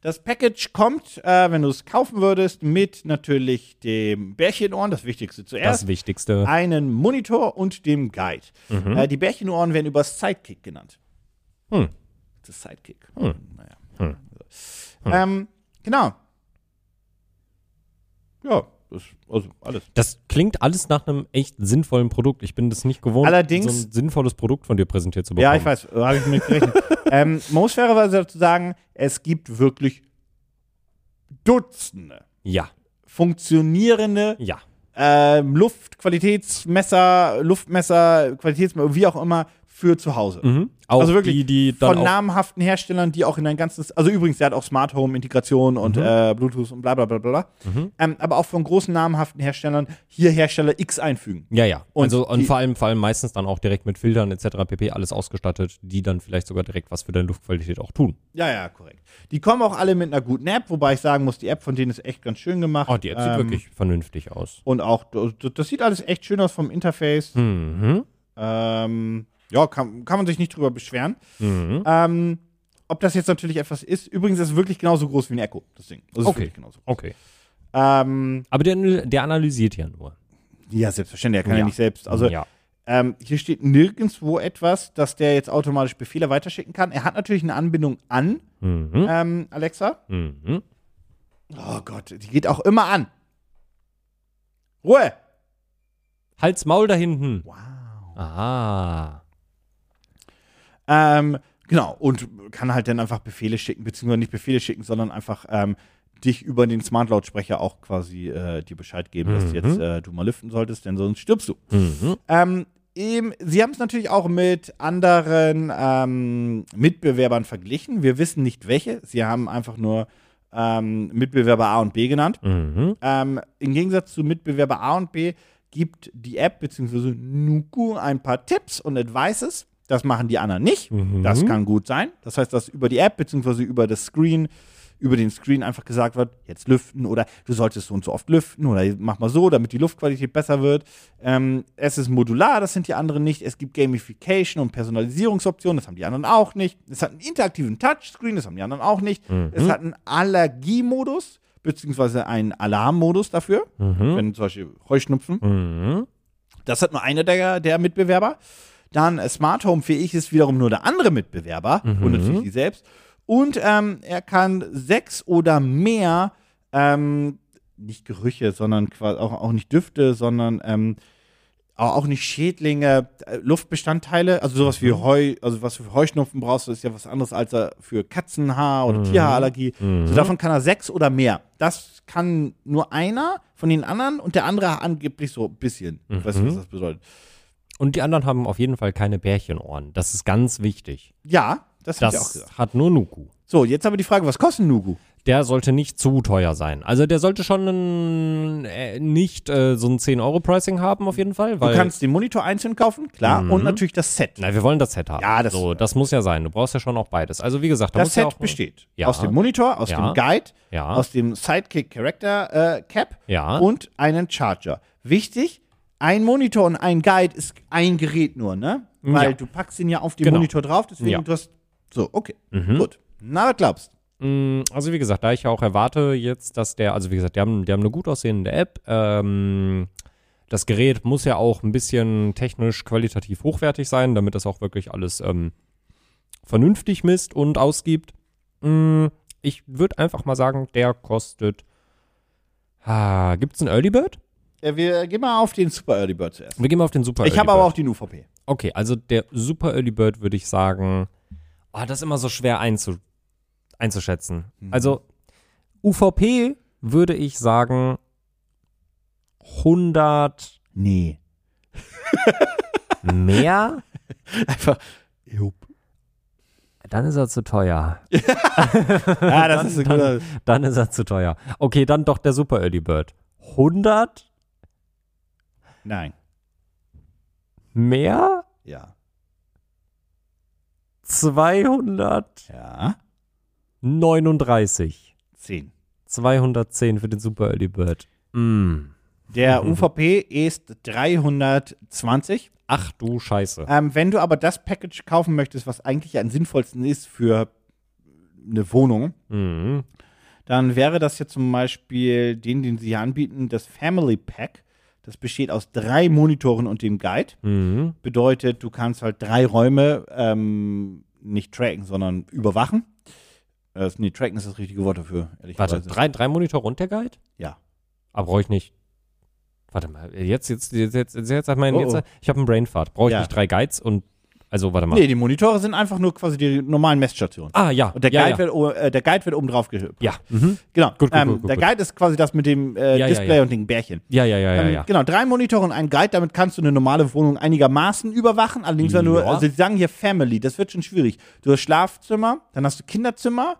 D: Das Package kommt, äh, wenn du es kaufen würdest, mit natürlich dem Bärchenohren, das Wichtigste zuerst
C: Das Wichtigste.
D: einen Monitor und dem Guide. Äh, die Bärchenohren werden übers Sidekick genannt.
C: Mhm. Hm.
D: Das ist Sidekick. Hm, Naja. Ähm, genau. Ja, das also alles.
C: Das klingt alles nach einem echt sinnvollen Produkt. Ich bin das nicht gewohnt,
D: Allerdings-
C: so ein sinnvolles Produkt von dir präsentiert zu bekommen.
D: Ja, ich weiß, da habe ich mit gerechnet. ähm, man muss fairerweise dazu sagen, es gibt wirklich Dutzende
C: Ja,
D: funktionierende
C: ja.
D: ähm, Luftqualitätsmesser, Luftmesser, Qualitätsmesser, wie auch immer, für zu Hause.
C: Auch
D: also wirklich
C: die, die Mhm. dann
D: von
C: auch,
D: namhaften Herstellern, die auch in ein ganzes, also übrigens, der hat auch Smart Home Integration und
C: Mhm.
D: äh, Bluetooth und bla bla bla bla, ähm, aber auch von großen namhaften Herstellern hier Hersteller X einfügen.
C: Ja, ja.
D: Und
C: also, und
D: die-
C: vor allem, vor allem meistens dann auch direkt mit Filtern etc. pp. alles ausgestattet, die dann vielleicht sogar direkt was für deine Luftqualität auch tun.
D: Ja, ja, korrekt. Die kommen auch alle mit einer guten App, wobei ich sagen muss, die App von denen ist echt ganz schön gemacht.
C: Oh, die App sieht
D: Ähm,
C: wirklich vernünftig aus.
D: Und auch, das das sieht alles echt schön aus vom Interface.
C: Mhm.
D: Ähm, ja, kann, kann man sich nicht drüber beschweren.
C: Mhm.
D: Ähm, ob das jetzt natürlich etwas ist, übrigens ist es wirklich genauso groß wie ein Echo, das Ding. Das ist
C: Okay.
D: wirklich genauso.
C: Okay.
D: Ähm,
C: Aber der, der analysiert ja nur.
D: ja, selbstverständlich, er kann ja,
C: Ja.
D: nicht selbst. Also
C: ja.
D: ähm, hier steht nirgendwo etwas, dass der jetzt automatisch Befehle weiterschicken kann. Er hat natürlich eine Anbindung an ähm, Alexa.
C: Mhm.
D: Oh Gott, die geht auch immer an. Ruhe!
C: Hals, Maul da hinten.
D: Wow.
C: Ah.
D: Ähm, genau, und kann halt dann einfach Befehle schicken, beziehungsweise nicht Befehle schicken, sondern einfach ähm, dich über den Smart-Lautsprecher auch quasi äh, dir Bescheid geben, dass jetzt äh, du mal lüften solltest, denn sonst stirbst du.
C: Mhm,
D: Ähm, eben, sie haben es natürlich auch mit anderen ähm, Mitbewerbern verglichen. Wir wissen nicht welche. Sie haben einfach nur ähm, Mitbewerber A und B genannt.
C: Mhm.
D: Ähm, Im Gegensatz zu Mitbewerber A und B gibt die App bzw. Nuku ein paar Tipps und Advices. Das machen die anderen nicht. Das kann gut sein. Das heißt, dass über die App bzw. über das Screen, über den Screen einfach gesagt wird, jetzt lüften oder du solltest so und so oft lüften oder mach mal so, damit die Luftqualität besser wird. Ähm, es ist modular, das sind die anderen nicht. Es gibt Gamification und Personalisierungsoptionen, das haben die anderen auch nicht. Es hat einen interaktiven Touchscreen, das haben die anderen auch nicht. Es hat einen Allergiemodus beziehungsweise einen Alarmmodus dafür,
C: mhm, Hm.
D: wenn zum Beispiel Heuschnupfen. Das hat nur einer der, der Mitbewerber. Dann äh, Smart Home fähig ist wiederum nur der andere Mitbewerber und natürlich die selbst. Und ähm, er kann sechs oder mehr, ähm, nicht Gerüche, sondern qua- auch, auch nicht Düfte, sondern ähm, auch auch nicht Schädlinge, äh, Luftbestandteile, also sowas wie Heu, also was du für Heuschnupfen brauchst, das ist ja was anderes als er für Katzenhaar oder Tierhaarallergie. So davon kann er sechs oder mehr. Das kann nur einer von den anderen und der andere angeblich so ein bisschen. Ich weiß nicht, was das bedeutet.
C: Und die anderen haben auf jeden Fall keine Bärchenohren. Das ist ganz wichtig.
D: Ja, das, das ich auch
C: Das
D: gesagt.
C: hat nur Nuku.
D: So, jetzt aber die Frage, was kostet Nugu?
C: Der sollte nicht zu teuer sein. Also der sollte schon einen, äh, nicht äh, so ein 10-Euro-Pricing haben auf jeden Fall. Weil,
D: Du kannst den Monitor einzeln kaufen, klar, und natürlich das Set.
C: Na, wir wollen das Set haben.
D: Ja, das-
C: so, das muss ja sein. Du brauchst ja schon auch beides. Also wie gesagt, da
D: das
C: muss ja
D: Set
C: auch,
D: besteht
C: Ja.
D: aus dem Monitor, aus
C: Ja.
D: dem Guide,
C: Ja.
D: aus dem Sidekick Character äh, Cap
C: Ja.
D: und einen Charger. Wichtig, ein Monitor und ein Guide ist ein Gerät nur, ne? Weil
C: Ja.
D: du packst ihn ja auf den
C: Genau.
D: Monitor drauf, deswegen
C: Ja. Mhm.
D: du hast so, okay. Gut. Na, was glaubst?
C: Mm, Also wie gesagt, da ich ja auch erwarte jetzt, dass der, also wie gesagt, die haben, die haben eine gut aussehende App. Ähm, das Gerät muss ja auch ein bisschen technisch qualitativ hochwertig sein, damit das auch wirklich alles ähm, vernünftig misst und ausgibt. Mm, ich würde einfach mal sagen, der kostet. Ah, Gibt es einen Early Bird?
D: Äh, wir gehen mal auf den Super Early Bird zuerst.
C: Wir gehen mal auf den Super
D: ich
C: Early
D: habe aber auch
C: Bird.
D: den UVP.
C: Okay, also der Super Early Bird würde ich sagen. Oh, das ist immer so schwer einzu einzuschätzen. Also UVP würde ich sagen 100
D: Nee.
C: mehr,
D: Einfach. Jupp.
C: dann ist er zu teuer.
D: Ja, Ah, das ist ein guter.
C: Dann ist er zu teuer. Okay, dann doch der Super Early Bird. 100
D: Nein.
C: mehr?
D: Ja.
C: 239.
D: Ja. 10.
C: 210 für den Super Early Bird. Mm.
D: Der UVP ist 320.
C: Ach du Scheiße.
D: Ähm, wenn du aber das Package kaufen möchtest, was eigentlich am sinnvollsten ist für eine Wohnung,
C: Mhm.
D: dann wäre das jetzt zum Beispiel den, den sie hier anbieten, das Family Pack. Das besteht aus drei Monitoren und dem Guide.
C: Mhm.
D: Bedeutet, du kannst halt drei Räume ähm, nicht tracken, sondern überwachen. Äh, nee, tracken ist das richtige Wort dafür, ehrlich
C: Warte, drei, drei Monitore und der Guide?
D: Ja.
C: Aber brauche ich nicht. Warte mal, jetzt, jetzt, jetzt, jetzt, jetzt, jetzt, hat mein,
D: Oh,
C: jetzt
D: oh.
C: hat- ich habe einen Brainfart. Brauche ich
D: Ja.
C: nicht drei Guides und, also warte mal.
D: Nee, die Monitore sind einfach nur quasi die normalen Messstationen.
C: Ah, ja.
D: Und der,
C: ja,
D: Guide,
C: ja.
D: Wird, o- äh, der Guide wird oben drauf gehüpft.
C: ja. Mhm.
D: Genau.
C: gut,
D: ähm,
C: gut, gut,
D: der
C: gut.
D: Guide ist quasi das mit dem äh,
C: Ja, ja,
D: Display
C: ja.
D: und den Bärchen.
C: ja, ja, ja, ja,
D: Ähm,
C: ja.
D: Genau, drei Monitore und ein Guide, damit kannst du eine normale Wohnung einigermaßen überwachen. Allerdings ja. nur,
C: Ja.
D: also sie sagen hier Family, das wird schon schwierig. Du hast Schlafzimmer, dann hast du Kinderzimmer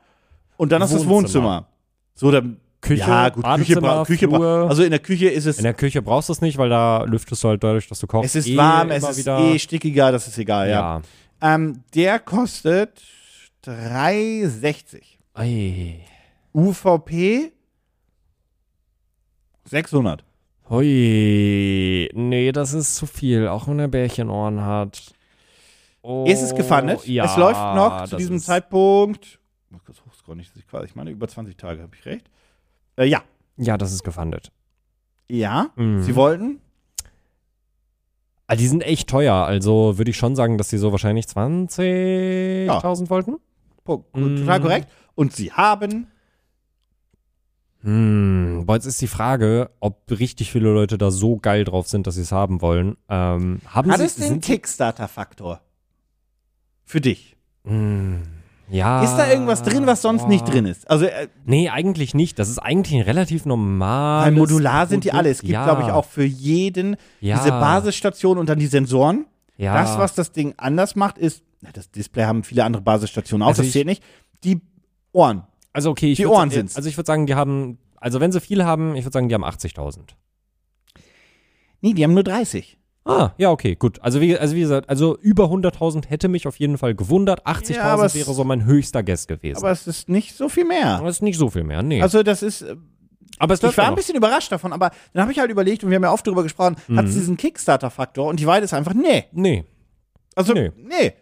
D: und dann hast du das
C: Wohnzimmer.
D: Wohnzimmer. So, dann
C: Küche,
D: ja, gut, Küche,
C: Badezimmer,
D: bra- Küche bra-
C: Flur.
D: Also in der Küche ist es,
C: In der Küche brauchst du es nicht, weil da lüftest du halt dadurch, dass du kochst.
D: es ist
C: eh
D: warm, es
C: immer
D: ist
C: wieder.
D: eh stickiger, das ist egal, ja.
C: ja.
D: Ähm, der kostet 3,60.
C: Ei.
D: UVP 600.
C: Hui. Nee, das ist zu viel, auch wenn er Bärchenohren hat. Oh,
D: Ist es gefundet?
C: Ja.
D: es läuft noch zu
C: das
D: diesem
C: ist-
D: Zeitpunkt. Ich muss kurz hochscrollen, nicht, dass ich quasi, ich meine, über 20 Tage, habe ich recht? Äh, ja.
C: Ja, das ist gefundet.
D: Ja,
C: Mhm.
D: sie wollten.
C: Ah, die sind echt teuer, also würde ich schon sagen, dass die so wahrscheinlich 20.000 wollten.
D: Punkt. Total
C: Mhm.
D: korrekt. Und sie haben
C: Hm, boah, jetzt ist die Frage, ob richtig viele Leute da so geil drauf sind, dass sie es haben wollen. Ähm, haben
D: Hat
C: sie
D: es den
C: sind-
D: Kickstarter-Faktor? Für dich.
C: Ja.
D: Ist da irgendwas drin, was sonst nicht drin ist? Also äh,
C: Nee, eigentlich nicht. Das ist eigentlich ein relativ normales.
D: weil modular sind die alle. Es gibt,
C: Ja.
D: glaube ich, auch für jeden
C: Ja.
D: diese Basisstation und dann die Sensoren.
C: Ja.
D: Das, was das Ding anders macht, ist, na, das Display haben viele andere Basisstationen auch,
C: Also
D: das
C: ich-
D: zählt nicht. Die Ohren.
C: Also, okay, ich
D: Die
C: würd-
D: Ohren sind's.
C: Also, ich würde sagen, die haben. Also, wenn sie viel haben, ich würde sagen, die haben 80.000.
D: Nee, die haben nur 30.
C: Ah, ja, okay, gut. Also wie, also wie gesagt, also über 100.000 hätte mich auf jeden Fall gewundert. 80.000
D: Ja, aber es-
C: wäre so mein höchster Guess gewesen.
D: Aber es ist nicht so viel mehr.
C: das ist nicht so viel mehr, nee.
D: Also das ist, äh,
C: aber es
D: ich
C: läuft
D: war
C: ja
D: ein
C: noch.
D: bisschen überrascht davon, aber dann habe ich halt überlegt und wir haben ja oft drüber gesprochen, hat
C: Mhm.
D: es diesen Kickstarter-Faktor und die Weide ist einfach, nee.
C: Nee,
D: Also,
C: Nee.
D: nee.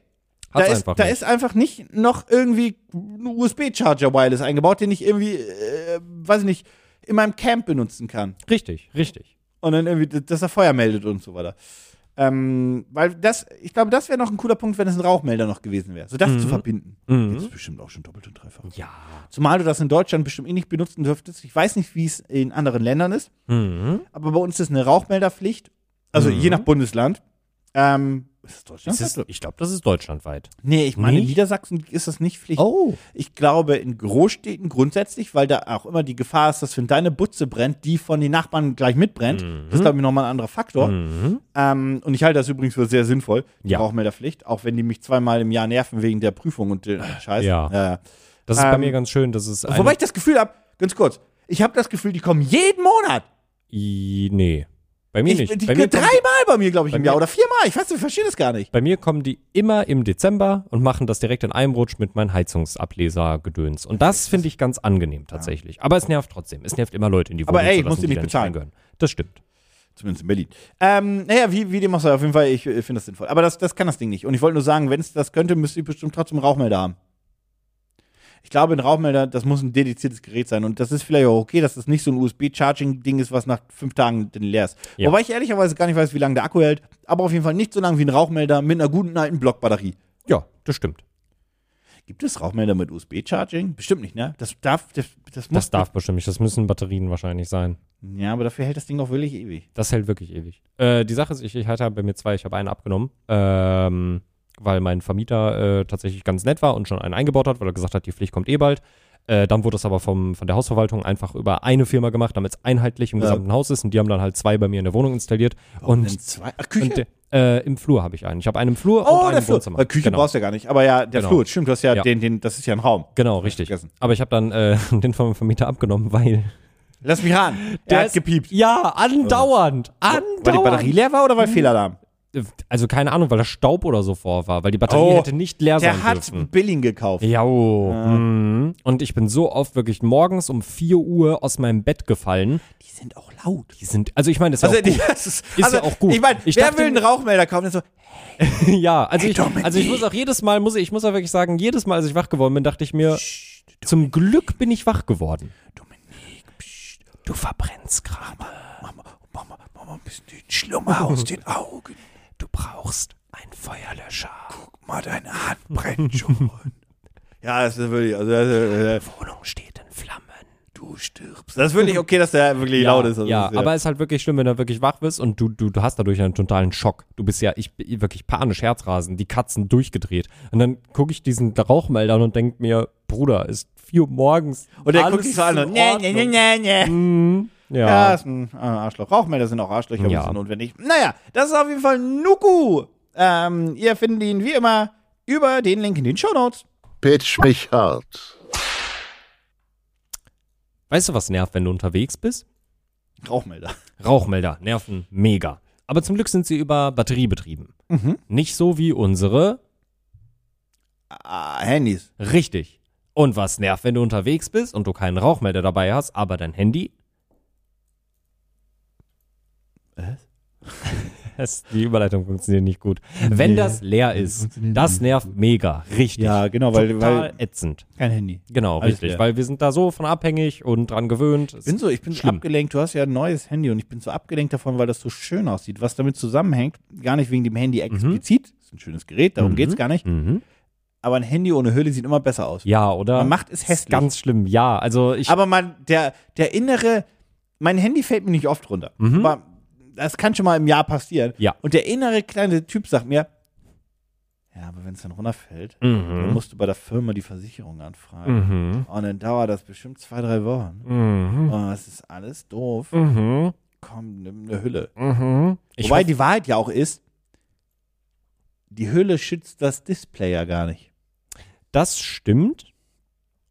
D: Da,
C: Hat's
D: ist,
C: einfach
D: da
C: nicht.
D: ist einfach nicht noch irgendwie ein USB-Charger-Wireless eingebaut, den ich irgendwie, äh, weiß ich nicht, in meinem Camp benutzen kann.
C: richtig, richtig.
D: Und dann irgendwie, d- dass er Feuer meldet und so weiter. Ähm, weil das, ich glaube, das wäre noch ein cooler Punkt, wenn es ein Rauchmelder noch gewesen wäre. So das
C: Mhm.
D: zu verbinden. Gibt's bestimmt auch schon doppelt und dreifach.
C: Ja.
D: Zumal du das in Deutschland bestimmt eh nicht benutzen dürftest. Ich weiß nicht, wie es in anderen Ländern ist,
C: Mhm.
D: aber bei uns ist eine Rauchmelderpflicht. Also je nach Bundesland. Ähm, ist das Deutschland?
C: Es Mhm. ist, ich glaube, das ist deutschlandweit.
D: nee, ich meine, in
C: Nicht?
D: Niedersachsen ist das nicht Pflicht.
C: Oh.
D: Ich glaube, in Großstädten grundsätzlich, weil da auch immer die Gefahr ist, dass wenn deine Butze brennt, die von den Nachbarn gleich mitbrennt. Das
C: Mhm.
D: ist, glaube ich, nochmal ein anderer Faktor. Ähm, und ich halte das übrigens für sehr sinnvoll, die
C: Ja.
D: Rauchmelderpflicht, auch wenn die mich zweimal im Jahr nerven wegen der Prüfung und den Scheiß.
C: Ja.
D: Äh,
C: Das ist bei
D: Ähm,
C: mir ganz schön, dass es
D: wobei
C: ein,
D: ich das Gefühl habe, ganz kurz, ich habe das Gefühl, die kommen jeden Monat.
C: I, nee. Bei mir
D: ich,
C: nicht.
D: Die,
C: bei, mir kommen,
D: dreimal bei mir, glaube ich,
C: bei
D: im Jahr
C: mir-
D: oder viermal. Ich weiß, ich verstehe das gar nicht.
C: bei mir kommen die immer im Dezember und machen das direkt in einem Rutsch mit meinem Heizungsableser-Gedöns. Und das finde ich ganz angenehm tatsächlich. Aber es nervt trotzdem. Es nervt immer Leute in die
D: Aber
C: Wohnung
D: ey,
C: zu
D: ich muss
C: lassen,
D: die nicht
C: da
D: bezahlen.
C: reingehören. Das stimmt.
D: Zumindest in Berlin. Ähm, naja, wie, wie dem auch sei, auf jeden Fall, ich äh, finde das sinnvoll. Aber das, das kann das Ding nicht. Und ich wollte nur sagen, wenn es das könnte, müsste ich bestimmt trotzdem einen Rauchmelder haben. Ich glaube, ein Rauchmelder, das muss ein dediziertes Gerät sein. Und das ist vielleicht auch okay, dass das nicht so ein USB-Charging-Ding ist, was nach fünf Tagen dann leer ist.
C: Ja.
D: Wobei ich ehrlicherweise gar nicht weiß, wie lange der Akku hält. Aber auf jeden Fall nicht so lange wie ein Rauchmelder mit einer guten alten Blockbatterie.
C: Ja, das stimmt.
D: Gibt es Rauchmelder mit USB-Charging? Bestimmt nicht, ne? Das darf, das, das muss.
C: Das darf bestimmt nicht. Das müssen Batterien wahrscheinlich sein.
D: Ja, aber dafür hält das Ding auch wirklich ewig.
C: Das hält wirklich ewig. Äh, die Sache ist, ich, ich hatte bei mir zwei, ich habe einen abgenommen, ähm, weil mein Vermieter äh, tatsächlich ganz nett war und schon einen eingebaut hat, weil er gesagt hat, die Pflicht kommt eh bald. Äh, dann wurde das aber vom, von der Hausverwaltung einfach über eine Firma gemacht, damit es einheitlich im
D: Ja.
C: gesamten Haus ist. Und die haben dann halt zwei bei mir in der Wohnung installiert.
D: Denn
C: Und,
D: zwei. Ach,
C: und äh, im Flur habe ich einen. Ich habe einen im Flur und
D: Oh,
C: einen
D: der
C: im
D: Flur.
C: Wohnzimmer.
D: Weil Küche
C: genau.
D: brauchst du ja gar nicht. Aber ja, der
C: Genau.
D: Flur, stimmt, du hast ja,
C: Ja.
D: Den, den, das ist ja ein Raum.
C: Genau, richtig.
D: Vergessen.
C: Aber ich habe dann äh, den von meinem Vermieter abgenommen, weil
D: Lass mich ran. Der hat
C: ist-
D: gepiept.
C: Ja, andauernd, andauernd. Hm.
D: Weil die Batterie leer war oder weil Fehlalarm?
C: also keine Ahnung, weil da Staub oder so vor war, weil die Batterie
D: Oh,
C: hätte nicht leer sein
D: Der hat
C: dürfen.
D: Billing gekauft.
C: Ja. mhm. Und ich bin so oft wirklich morgens um 4 Uhr aus meinem Bett gefallen.
D: Die sind auch laut.
C: Die sind, also ich meine, das ist
D: Also,
C: ja auch
D: die,
C: gut.
D: das ist,
C: Ist
D: also,
C: ja auch gut.
D: Ich meine,
C: Ich
D: wer
C: dachte
D: will einen
C: mir-
D: Rauchmelder kaufen? Der so,
C: ja, also
D: Hey,
C: ich,
D: Dominik.
C: also ich muss auch jedes Mal, muss ich, ich muss auch wirklich sagen, jedes Mal, als ich wach geworden bin, dachte ich mir, zum Glück bin ich wach geworden.
B: Du verbrennst gerade. Mama, Mama, Mama, ein bisschen den Schlummer aus den Augen. Du brauchst einen Feuerlöscher. Guck mal, deine Hand brennt schon.
D: ja, das ist wirklich, also, das, äh,
B: Wohnung steht in Flammen. Du stirbst.
D: das ist wirklich okay, dass der wirklich laut ist. Also,
C: ja,
D: das ist,
C: aber es ist halt wirklich schlimm, wenn du wirklich wach bist und du, du, du hast dadurch einen totalen Schock. Du bist ja, ich bin wirklich panisch, Herzrasen, die Katzen durchgedreht. Und dann gucke ich diesen Rauchmelder an und denke mir, Bruder, ist 4 Uhr morgens.
D: Und der
C: alles
D: guckt sich so an
C: in
D: und, nee, nee, nee,
C: Ordnung.
D: nee, nee. Ja,
C: Ja.
D: ist ein äh, Arschloch. Rauchmelder sind auch Arschlöcher, aber
C: Ja.
D: die sind notwendig. Naja, das ist auf jeden Fall Nuku. Ähm, ihr findet ihn wie immer über den Link in den Shownotes.
A: Pitch mich hart.
C: Weißt du, was nervt, wenn du unterwegs bist?
D: Rauchmelder.
C: Rauchmelder nerven mega. Aber zum Glück sind sie über Batterie betrieben.
D: Mhm.
C: Nicht so wie unsere.
D: Ah, Handys.
C: Richtig. Und was nervt, wenn du unterwegs bist und du keinen Rauchmelder dabei hast, aber dein Handy? Was? Die Überleitung funktioniert nicht gut. Wenn das leer ist, das nervt mega. Richtig.
D: Ja, genau, weil-
C: Total
D: weil-
C: ätzend.
D: Kein Handy.
C: Genau,
D: Alles
C: richtig.
D: leer.
C: Weil wir sind da so von abhängig und dran gewöhnt.
D: Ich bin so, ich bin so
C: Schlimm.
D: abgelenkt. Du hast ja ein neues Handy und ich bin so abgelenkt davon, weil das so schön aussieht. Mhm. Was damit zusammenhängt, gar nicht wegen dem Handy explizit. Ist ein schönes Gerät, darum geht's gar nicht. aber ein Handy ohne Hülle sieht immer besser aus.
C: Mhm. Ja, oder?
D: Man macht es hässlich.
C: Ganz schlimm, ja. Also ich.
D: Aber man, der, der innere, mein Handy fällt mir nicht oft runter. Aber das kann schon mal im Jahr passieren.
C: Mhm. Ja.
D: Und der innere kleine Typ sagt mir, ja, aber wenn es dann runterfällt,
C: Mhm.
D: dann musst du bei der Firma die Versicherung anfragen. Und dann dauert das bestimmt zwei, drei Wochen.
C: Mhm.
D: Oh, das ist alles doof. Komm, nimm eine Hülle.
C: Mhm. ich
D: Wobei
C: hoffe-
D: die Wahrheit ja auch ist, die Hülle schützt das Display ja gar nicht.
C: das stimmt.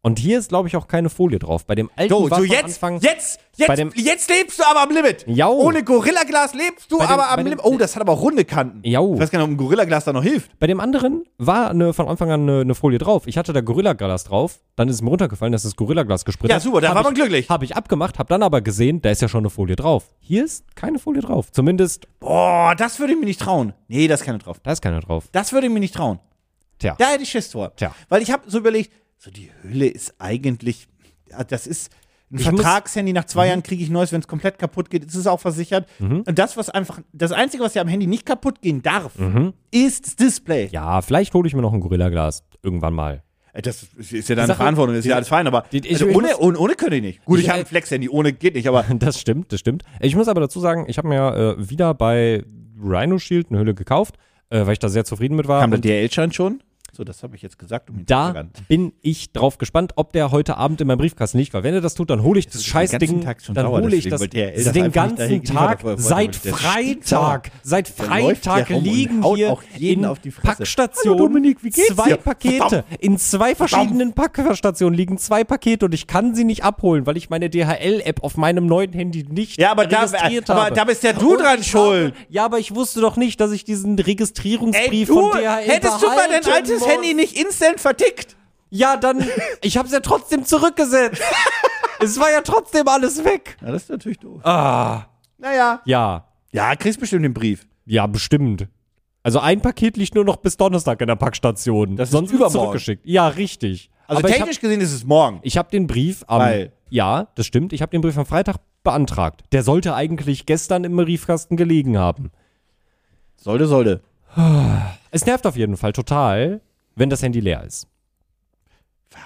C: Und hier ist, glaube ich, auch keine Folie drauf. Bei dem alten war von Anfang,
D: jetzt,
C: bei dem-
D: jetzt lebst du aber am Limit.
C: Jau.
D: Ohne Gorillaglas lebst du
C: Bei dem-
D: aber
C: bei
D: am
C: dem-
D: Limit. Oh, das hat aber auch runde Kanten.
C: Jau.
D: Ich weiß gar nicht, ob ein Gorillaglas da noch hilft.
C: Bei dem anderen war eine, von Anfang an eine, eine Folie drauf. Ich hatte da Gorillaglas drauf, dann ist es mir runtergefallen, dass das Gorillaglas gespritzt
D: Ja, super, da war man glücklich.
C: Habe ich abgemacht, habe dann aber gesehen, da ist ja schon eine Folie drauf. Hier ist keine Folie drauf. Zumindest,
D: Boah, das würde ich mir nicht trauen. Nee, das ist keine drauf.
C: da ist keine drauf.
D: Das würde ich mir nicht trauen.
C: Tja.
D: Da hätte ich Schiss vor.
C: Tja.
D: Weil ich habe so überlegt, so die Hülle ist eigentlich, ja, das ist ein
C: muss- Mhm.
D: Vertragshandy, nach zwei Jahren kriege ich neues, wenn es komplett kaputt geht, ist es auch versichert. Und das, was einfach, das Einzige, was ja am Handy nicht kaputt gehen darf,
C: Mhm.
D: ist das Display.
C: Ja, vielleicht hole ich mir noch ein Gorillaglas irgendwann mal.
D: Äh, Das ist ist ja deine
C: Sache-
D: Verantwortung, das ist ja alles fein, aber
C: Die- ich-
D: also
C: ich
D: ohne,
C: muss-
D: ohne, ohne könnte ich nicht. Gut, ich,
C: Ich-
D: habe ein Flex-Handy, ohne geht nicht, aber
C: Das stimmt, das stimmt. Ich muss aber dazu sagen, ich habe mir äh, wieder bei Rhino Shield eine Hülle gekauft, äh, weil ich da sehr zufrieden mit war.
D: kam der
C: Und
D: DL-Schein schon? So, das habe ich jetzt gesagt, um ihn zu
C: da
D: ärgern.
C: bin ich drauf gespannt, ob der heute Abend in meinem Briefkasten liegt, weil wenn er das tut, dann hole ich das,
D: ist den ganzen
C: Scheißding,
D: Tag schon
C: dann
D: sauer,
C: hole ich
D: deswegen
C: das,
D: wollte er- das
C: den
D: einfach nicht dahin
C: ganzen
D: geliefert,
C: Tag,
D: weil er wollte,
C: seit
D: der
C: Freitag, seit
D: Der läuft hier
C: Freitag
D: rum und
C: liegen
D: haut
C: hier
D: auch jeden
C: in
D: auf die Fresse.
C: Packstation
D: Hallo Dominik, wie geht's
C: zwei
D: dir?
C: Pakete, in zwei verschiedenen Packstationen liegen zwei Pakete und ich kann sie nicht abholen, weil ich meine DHL-App auf meinem neuen Handy nicht
D: Ja, aber da-
C: registriert
D: aber
C: habe.
D: da bist ja du
C: Und
D: dran
C: ich habe-
D: schuld.
C: Ja, aber ich wusste doch nicht, dass ich diesen Registrierungsbrief
D: Ey,
C: von
D: du,
C: DHL
D: hättest du mal dein
C: behalten
D: altes
C: muss.
D: Handy nicht instant vertickt?
C: Ja, dann, ich hab's ja trotzdem zurückgesetzt. es war ja trotzdem alles weg.
D: Na, das ist natürlich doof.
C: Ah.
D: Naja.
C: Ja,
D: Ja, kriegst bestimmt den Brief.
C: ja, bestimmt. Also ein Paket liegt nur noch bis Donnerstag in der Packstation.
D: Das ist
C: Sonst wird's
D: übermorgen.
C: zurückgeschickt. Ja, richtig.
D: Also
C: Aber
D: technisch gesehen ist es morgen.
C: ich habe hab den Brief am.
D: Weil-
C: Ja, das stimmt. Ich habe den Brief am Freitag beantragt. Der sollte eigentlich gestern im Briefkasten gelegen haben.
D: Sollte, sollte.
C: Es nervt auf jeden Fall total, wenn das Handy leer ist.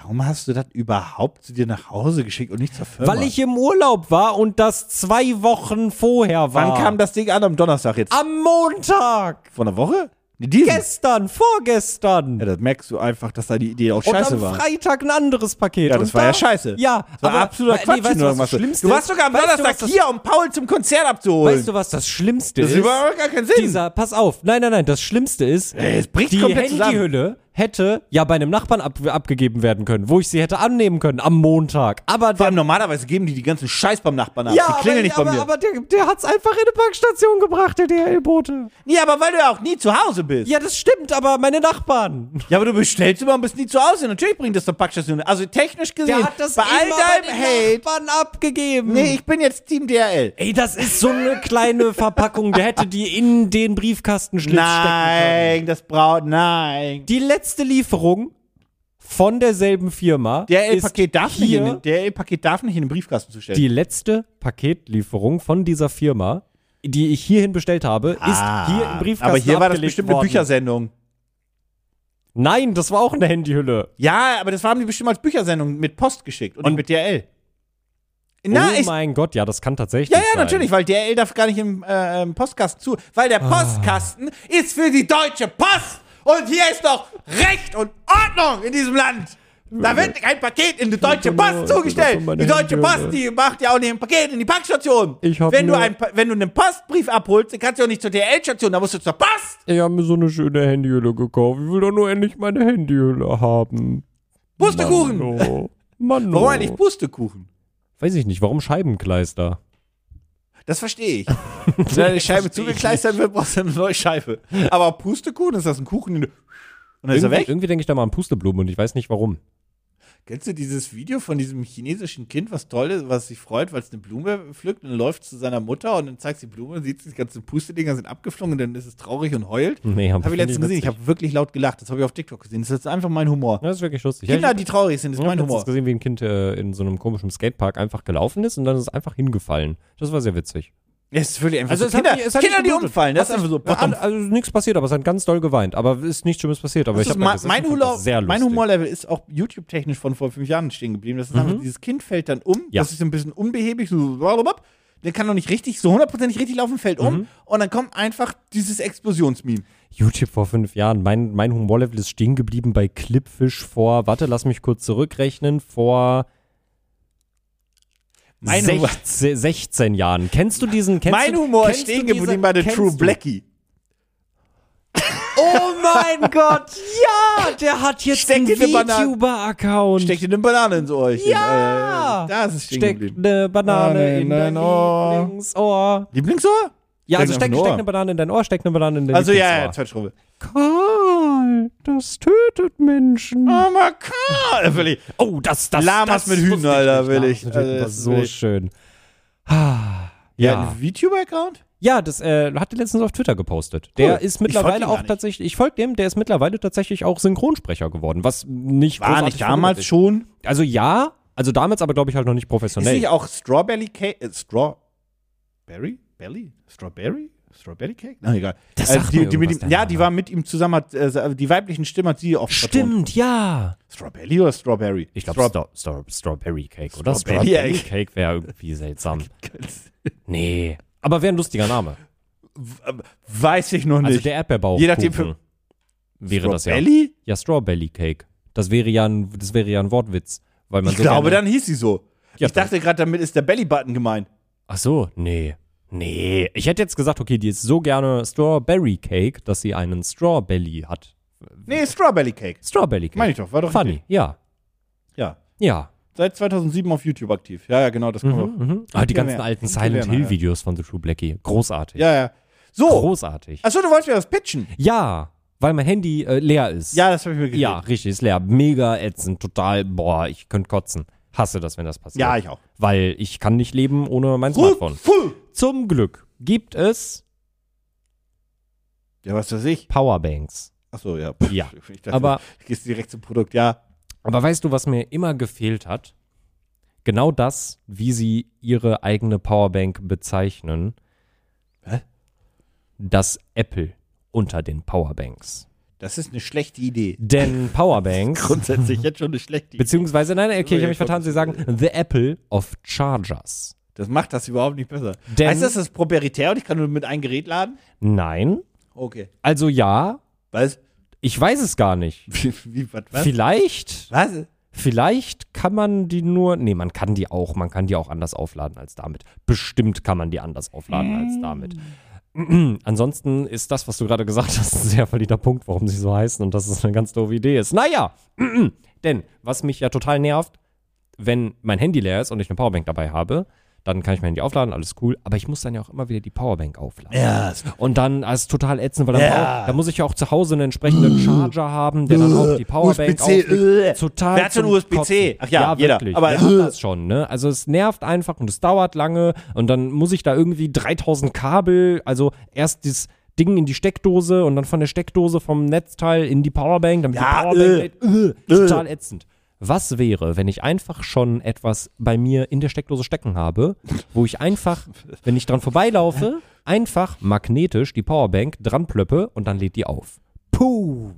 D: Warum hast du das überhaupt zu dir nach Hause geschickt und nicht zur Firma?
C: Weil ich im Urlaub war und das zwei Wochen vorher war.
D: Wann kam das Ding an? Am Donnerstag jetzt?
C: Am Montag!
D: Von der Woche? Nee, diesen.
C: Ah. Gestern, vorgestern.
D: Hm. Ja, das merkst du einfach, dass da die Idee auch
C: und
D: scheiße
C: am
D: war.
C: Freitag ein anderes Paket.
D: Ja,
C: und
D: das war
C: da,
D: ja scheiße.
C: Ja,
D: das war absoluter
C: nee,
D: Quatsch.
C: weißt du,
D: nur
C: was das
D: irgendwas.
C: Schlimmste
D: du
C: ist?
D: warst sogar am
C: Weißt du,
D: Donnerstag
C: was das-
D: hier, um Paul zum Konzert abzuholen.
C: Weißt du, was das Schlimmste
D: das ist
C: ist?
D: überhaupt gar keinen Sinn.
C: Dieser, pass auf, nein, nein, nein, das Schlimmste ist,
D: Ey, es bricht
C: die
D: komplett zusammen.
C: Handyhülle hätte ja bei einem Nachbarn ab, abgegeben werden können, wo ich sie hätte annehmen können am Montag. Aber
D: Vor
C: der,
D: allem normalerweise geben die die ganzen Scheiß beim Nachbarn ab.
C: ja,
D: die klingeln
C: aber,
D: nicht bei
C: aber,
D: mir.
C: aber der, der hat's einfach in eine Parkstation gebracht, der DHL-Bote.
D: nee, aber weil du ja auch nie zu Hause bist.
C: Ja, das stimmt, aber meine Nachbarn.
D: Ja, aber du bestellst immer und bist nie zu Hause. Natürlich bringt das zur Packstation. Also technisch gesehen,
C: Der hat das
D: bei all
C: immer Hm. bei
D: deinem
C: den
D: Hate.
C: Nachbarn abgegeben.
D: Nee, ich bin jetzt Team DRL.
C: Ey, das ist so eine kleine Verpackung. Der hätte die in den Briefkastenschlitz stecken können.
D: Nein, das braucht. Nein.
C: Die letzte Lieferung von derselben Firma ist
D: DRL-Paket darf, nicht in
C: hier
D: den- DRL-Paket darf nicht in den Briefkasten zu stellen.
C: die letzte Paketlieferung von dieser Firma, die ich hierhin bestellt habe,
D: Ah,
C: ist hier im Briefkasten
D: Aber hier war das
C: abgelegt
D: bestimmt
C: worden.
D: eine Büchersendung.
C: Nein, das war auch eine Handyhülle.
D: Ja, aber das haben die bestimmt als Büchersendung mit Post geschickt und,
C: Und-
D: nicht mit DRL. Na,
C: oh
D: ich, ja,
C: mein Gott, ja, das kann tatsächlich
D: ja,
C: sein.
D: natürlich, weil DRL darf gar nicht im, äh, im Postkasten zu, weil der
C: Ah.
D: Postkasten ist für die deutsche Post und hier ist doch Recht und Ordnung in diesem Land. Da wird kein Paket in die deutsche Post zugestellt.
C: hab nur meine
D: Die deutsche
C: Hände.
D: Post, die macht ja auch nicht ein Paket in die Packstation.
C: Ich hab
D: wenn, du
C: nur-
D: ein, Pa- wenn du einen Postbrief abholst, dann kannst du auch nicht zur DRL-Station, da musst du zur Post.
C: Ich habe mir so eine schöne Handyhülle gekauft. Ich will doch nur endlich meine Handyhülle haben.
D: Pustekuchen.
C: Mann, oh. Mann.
D: Warum eigentlich Pustekuchen?
C: Weiß ich nicht, warum Scheibenkleister?
D: Das verstehe ich. Wenn deine Scheibe zugekleistert wird, brauchst du eine neue Scheibe. Aber Pustekuchen, ist das ein Kuchen? den du- Und dann ist er
C: irgendwie
D: weg.
C: irgendwie denke ich da mal an Pusteblumen und ich weiß nicht warum.
D: Kennst du dieses Video von diesem chinesischen Kind, was toll ist, was sich freut, weil es eine Blume pflückt und dann läuft es zu seiner Mutter und dann zeigt sie die Blume und sieht, die ganzen Pustedinger sind abgeflogen und dann ist es traurig und heult?
C: Nee, hab
D: Habe ich
C: ich
D: letztens
C: nicht
D: gesehen. Ich habe wirklich laut gelacht. Das habe ich auf TikTok gesehen. Das ist einfach mein Humor.
C: Das ist wirklich lustig. Ja,
D: Kinder,
C: ich,
D: die traurig sind, ist
C: ich hab
D: mein
C: letztens
D: Humor.
C: gesehen, wie ein Kind äh, in so einem komischen Skatepark einfach gelaufen ist und dann ist es einfach hingefallen. Das war sehr witzig.
D: Es ist völlig einfach
C: Also
D: also
C: es
D: so. Kinder,
C: hat mich- es hat
D: Kinder
C: mich
D: die
C: geblutet.
D: umfallen, das ist
C: Was
D: einfach so.
C: ich- an- also ist nichts passiert, aber es hat ganz doll geweint. Aber ist nichts Schlimmes passiert. Aber
D: Das
C: ich
D: ist
C: habe
D: ma- mein, Humor,
C: sehr lustig.
D: mein Humorlevel ist auch YouTube-technisch von vor fünf Jahren stehen geblieben. Das ist einfach, dieses Kind fällt dann um,
C: Mhm. Ja.
D: das ist so ein bisschen unbehäbig, so blablabla. der kann noch nicht richtig, so hundertprozentig richtig laufen, fällt um
C: Mhm.
D: und dann kommt einfach dieses Explosionsmeme.
C: YouTube vor fünf Jahren. Mein, mein Humorlevel ist stehen geblieben bei Clipfish vor, warte, lass mich kurz zurückrechnen, vor
D: Mein Humor-
C: 16, 16 Jahren. Kennst du diesen? Kennst
D: mein
C: du,
D: Humor ist
C: kennst du
D: stehen
C: diese-
D: geblieben bei der
C: kennst
D: True
C: du-
D: Blackie.
C: Oh mein Gott, ja, der hat jetzt
D: Steckt
C: einen
D: eine Banane-
C: VTuber-Account.
D: Steckt dir eine Banane ins Ohrchen.
C: Ja!
D: Äh, das ist stehen
C: Steckt
D: geblieben.
C: eine Banane
D: Ah, nee,
C: in dein
D: nein, oh.
C: Lieblingsohr.
D: Lieblingsohr?
C: Ja, also
D: Steckt
C: steck,
D: einfach
C: steck
D: nur.
C: eine Banane in dein Ohr, steck eine Banane in dein
D: Also ja, ja,
C: Lieblingsohr.
D: Zeitschrube.
C: Karl, das tötet Menschen.
D: Oh mein Gott. Äh, Willi.
C: Oh, das, das,
D: Lamas
C: das
D: mit Hüten,
C: wusste ich
D: Alter,
C: nicht.
D: will
C: Lamas
D: ich.
C: mit Hüten
D: Also,
C: war
D: das
C: so
D: will ich.
C: schön.
D: Ja,
C: Ja,
D: ein VTuber-Account?
C: ja das äh, hatte letztens auf Twitter gepostet. Der
D: Cool. Ich
C: ist
D: folg ihm
C: mittlerweile
D: gar
C: auch
D: nicht.
C: tatsächlich, ich folge dem, der ist mittlerweile tatsächlich auch Synchronsprecher geworden, was nicht
D: War
C: großartig
D: nicht damals
C: verwunderlich.
D: schon.
C: Also ja, also damals aber glaube ich halt noch nicht
D: Ist
C: professionell.
D: nicht auch Strawberry Cake? Äh, Strawberry? Belly? Strawberry? Strawberry Cake? Na egal.
C: Das
D: Äh,
C: sagt
D: die,
C: mir
D: die, mit
C: irgendwas,
D: ihm,
C: der
D: ja, die
C: Name.
D: war mit ihm zusammen, hat, äh, die weiblichen Stimmen hat sie oft vertont.
C: Stimmt, ja.
D: Strawberry oder Strawberry?
C: Ich glaube,
D: Straw-
C: Stra Stra Strawberry Cake, oder?
D: Strawberry
C: Strawberry
D: Egg.
C: Cake wäre irgendwie seltsam. nee. Aber wäre ein lustiger Name.
D: Weiß ich noch
C: Also
D: nicht.
C: der Erdbeerbauch.
D: Je nachdem für-
C: wäre das ja.
D: Strawberry?
C: Ja, Strawberry Cake. Das wäre ja ein, das wäre ja ein Wortwitz. Weil man
D: Ich
C: so
D: glaube,
C: gerne,
D: dann hieß sie so.
C: Ja,
D: ich dachte gerade, damit ist der Belly-Button gemeint.
C: Ach so, nee. Nee. Ich hätte jetzt gesagt, okay, die ist so gerne Strawberry Cake, dass sie einen Strawbelly hat.
D: Nee, Strawberry Cake.
C: Strawberry Cake.
D: Meine ich doch, war doch
C: Funny,
D: richtig.
C: ja.
D: Ja.
C: Ja.
D: Seit 2007 auf YouTube aktiv. Ja, ja, genau, das kommt auch.
C: Mhm. Ah, die
D: Ja,
C: ganzen
D: ja.
C: alten
D: Ja,
C: Silent
D: ja.
C: Hill Videos von The True Blackie. Großartig.
D: Ja, Oh. ja. So.
C: Großartig.
D: Achso, du wolltest mir was pitchen.
C: Ja, weil mein Handy äh, leer ist.
D: Ja, das habe ich mir gedacht.
C: Ja, richtig, ist leer. Mega ätzend, total, boah, ich könnte kotzen. Hasse das, wenn das passiert.
D: Ja, ich auch.
C: Weil ich kann nicht leben ohne mein Smartphone.
D: Full.
C: Zum Glück gibt es
D: Ja, was weiß ich.
C: Powerbanks.
D: Achso, ja.
C: Ja.
D: Ich dachte,
C: Aber-
D: du gehst direkt zum Produkt, ja.
C: Aber weißt du, was mir immer gefehlt hat? Genau das, wie sie ihre eigene Powerbank bezeichnen. Hä? Das Apple unter den Powerbanks.
D: Das ist eine schlechte Idee.
C: Denn Powerbanks
D: Grundsätzlich jetzt schon eine schlechte Idee.
C: Beziehungsweise, nein, okay, ich habe mich vertan, sie sagen The Apple of Chargers.
D: Das macht das überhaupt nicht besser.
C: Denn-
D: heißt das, das ist proprietär und ich kann nur mit einem Gerät laden?
C: Nein,
D: Okay.
C: also ja,
D: Was?
C: ich weiß es gar nicht.
D: Wie, wie, was? Was?
C: Vielleicht,
D: was?
C: vielleicht kann man die nur, nee, man kann die auch, man kann die auch anders aufladen als damit. Bestimmt kann man die anders aufladen als damit. Ansonsten ist das, was du gerade gesagt hast, ein sehr valider Punkt, warum sie so heißen und dass es eine ganz doofe Idee ist. Naja, denn was mich ja total nervt, wenn mein Handy leer ist und ich eine Powerbank dabei habe, dann kann ich mein Handy aufladen, alles cool, aber ich muss dann ja auch immer wieder die Powerbank aufladen.
D: Ja, es-
C: Und dann das ist total ätzend, weil dann,
D: Ja. Äh.
C: brauch- dann muss ich ja auch zu Hause einen entsprechenden Charger haben, der dann auch die Powerbank
D: USB-C, äh.
C: auflegt. Total
D: Wer hat schon
C: zum
D: USB-C?
C: Kotzen.
D: Ach ja, jeder.
C: Wirklich.
D: Aber,
C: Wer hat
D: äh.
C: das schon, ne? Also es nervt einfach und es dauert lange und dann muss ich da irgendwie 3000 Kabel, also erst dieses Ding in die Steckdose und dann von der Steckdose vom Netzteil in die Powerbank, damit
D: Ja,
C: die Powerbank lädt. äh,
D: äh.
C: total ätzend. Was wäre, wenn ich einfach schon etwas bei mir in der Steckdose stecken habe, wo ich einfach, wenn ich dran vorbeilaufe, einfach magnetisch die Powerbank dran plöppe und dann lädt die auf. Puh!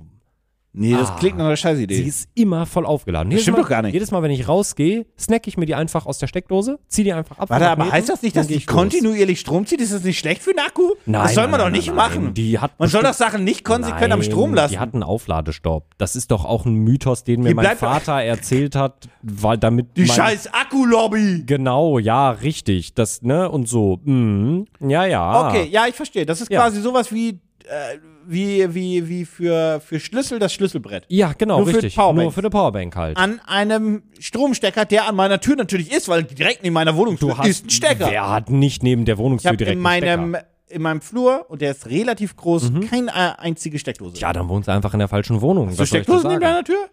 D: Nee, das
C: Ah.
D: klingt nach einer scheiß
C: Sie
D: Idee.
C: ist immer voll aufgeladen. Jedes
D: stimmt
C: Mal,
D: doch gar nicht.
C: Jedes Mal, wenn ich rausgehe, snacke ich mir die einfach aus der Steckdose, ziehe die einfach ab.
D: Warte,
C: vom
D: aber
C: Magneten,
D: heißt das nicht,
C: dann
D: dass
C: geh
D: die
C: ich los.
D: kontinuierlich Strom zieht? Ist das nicht schlecht für den Akku?
C: Nein,
D: das soll
C: nein,
D: man doch
C: nein,
D: nicht
C: nein,
D: machen.
C: Die hat
D: man soll doch
C: bestimmt-
D: Sachen nicht konsequent am
C: Nein,
D: Strom lassen.
C: Die hat einen Aufladestopp. Das ist doch auch ein Mythos, den mir
D: Die
C: mein
D: bleibt-
C: Vater erzählt hat, weil damit
D: Die
C: mein-
D: scheiß Akkulobby.
C: Genau, ja, richtig. Das, ne, und so. Mhm. ja, ja.
D: Okay, ja, ich verstehe. Das ist
C: Ja.
D: quasi sowas wie, äh, wie, wie, wie für, für Schlüssel das Schlüsselbrett.
C: Ja, genau,
D: Nur für
C: richtig.
D: Powerbanks.
C: Nur für eine Powerbank halt.
D: An einem Stromstecker, der an meiner Tür natürlich ist, weil direkt neben meiner Wohnung ist ein Stecker.
C: Wer hat nicht neben der
D: ich
C: Wohnungstür
D: habe
C: direkt
D: in
C: einen
D: meinem,
C: Stecker? Mhm.
D: in meinem Flur, und der ist relativ groß, keine äh, einzige Steckdose.
C: Ja, dann wohnst du einfach in der falschen Wohnung.
D: Hast du
C: Was soll ich dir
D: Steckdosen neben
C: sagen?
D: deiner Tür?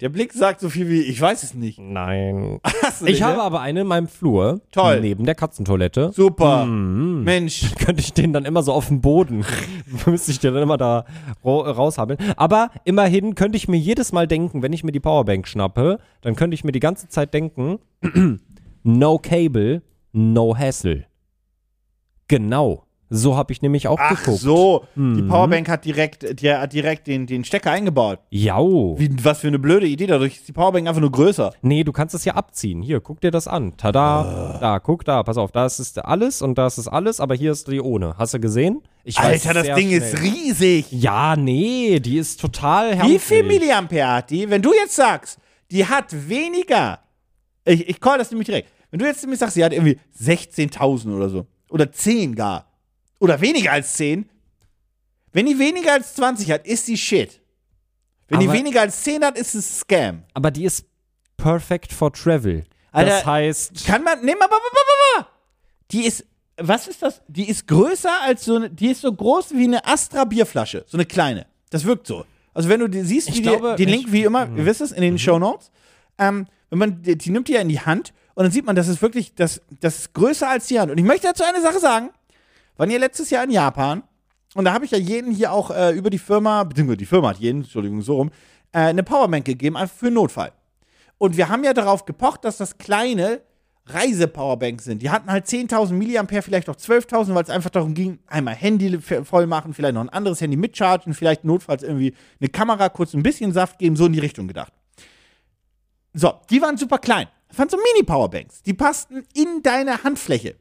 D: Der Blick sagt so viel wie, ich weiß es nicht.
C: Nein.
D: Hast du
C: Ich
D: nicht,
C: habe
D: ne?
C: aber eine in meinem Flur.
D: Toll.
C: Neben der Katzentoilette.
D: Super.
C: Mhm.
D: Mensch.
C: Könnte ich den dann immer so auf den Boden. Müsste ich den dann immer da ro- raushabeln. Aber immerhin könnte ich mir jedes Mal denken, wenn ich mir die Powerbank schnappe, dann könnte ich mir die ganze Zeit denken, no cable, no hassle. Genau. So habe ich nämlich auch
D: Ach
C: geguckt.
D: so,
C: Mhm.
D: die Powerbank hat direkt, die hat direkt den, den Stecker eingebaut.
C: Jau.
D: Wie, was für eine blöde Idee, dadurch ist die Powerbank einfach nur größer.
C: Nee, du kannst es ja abziehen. Hier, guck dir das an.
D: Ah.
C: Tada. Da, guck da. Pass auf, da ist es alles und das ist alles, aber hier ist die ohne. Hast du gesehen? Ich weiß
D: Alter, das
C: sehr
D: Ding
C: schnell.
D: ist riesig.
C: Ja, nee, die ist total
D: Wie
C: herrlich.
D: viel Milliampere hat die? Wenn du jetzt sagst, die hat weniger. Ich, ich call das nämlich direkt. Wenn du jetzt nämlich sagst, sie hat irgendwie 16.000 oder so. Oder 10 gar. Oder weniger als 10. Wenn die weniger als 20 hat, ist die Shit. Wenn die
C: Aber-
D: weniger als 10 hat, ist es Scam.
C: Aber die ist perfect for travel. das
D: Alter,
C: heißt,
D: Kann man. Nee, mal, mal, mal, mal, mal. Die ist. Was ist das? Die ist größer als so eine. Die ist so groß wie eine Astra-Bierflasche. So eine kleine. Das wirkt so. Also, wenn du die siehst,
C: Ich
D: wie
C: glaube,
D: die, den
C: ich- Mhm.
D: Link, wie immer, ihr wisst es, in den Show Notes. Ähm, wenn man, die, die nimmt die ja in die Hand und dann sieht man, das ist wirklich, das, das ist größer als die Hand. Und ich möchte dazu eine Sache sagen. Waren ja letztes Jahr in Japan und da habe ich ja jeden hier auch äh, über die Firma, beziehungsweise die Firma hat jeden, Entschuldigung, so rum, äh, eine Powerbank gegeben, einfach für den Notfall. Und wir haben ja darauf gepocht, dass das kleine Reisepowerbanks sind. Die hatten halt 10.000 Milliampere, vielleicht auch 12.000, weil es einfach darum ging, einmal Handy f- voll machen, vielleicht noch ein anderes Handy mitchargen, vielleicht notfalls irgendwie eine Kamera kurz ein bisschen Saft geben, so in die Richtung gedacht. So, die waren super klein. Ich fand so Mini-Powerbanks. Die passten in deine Handfläche.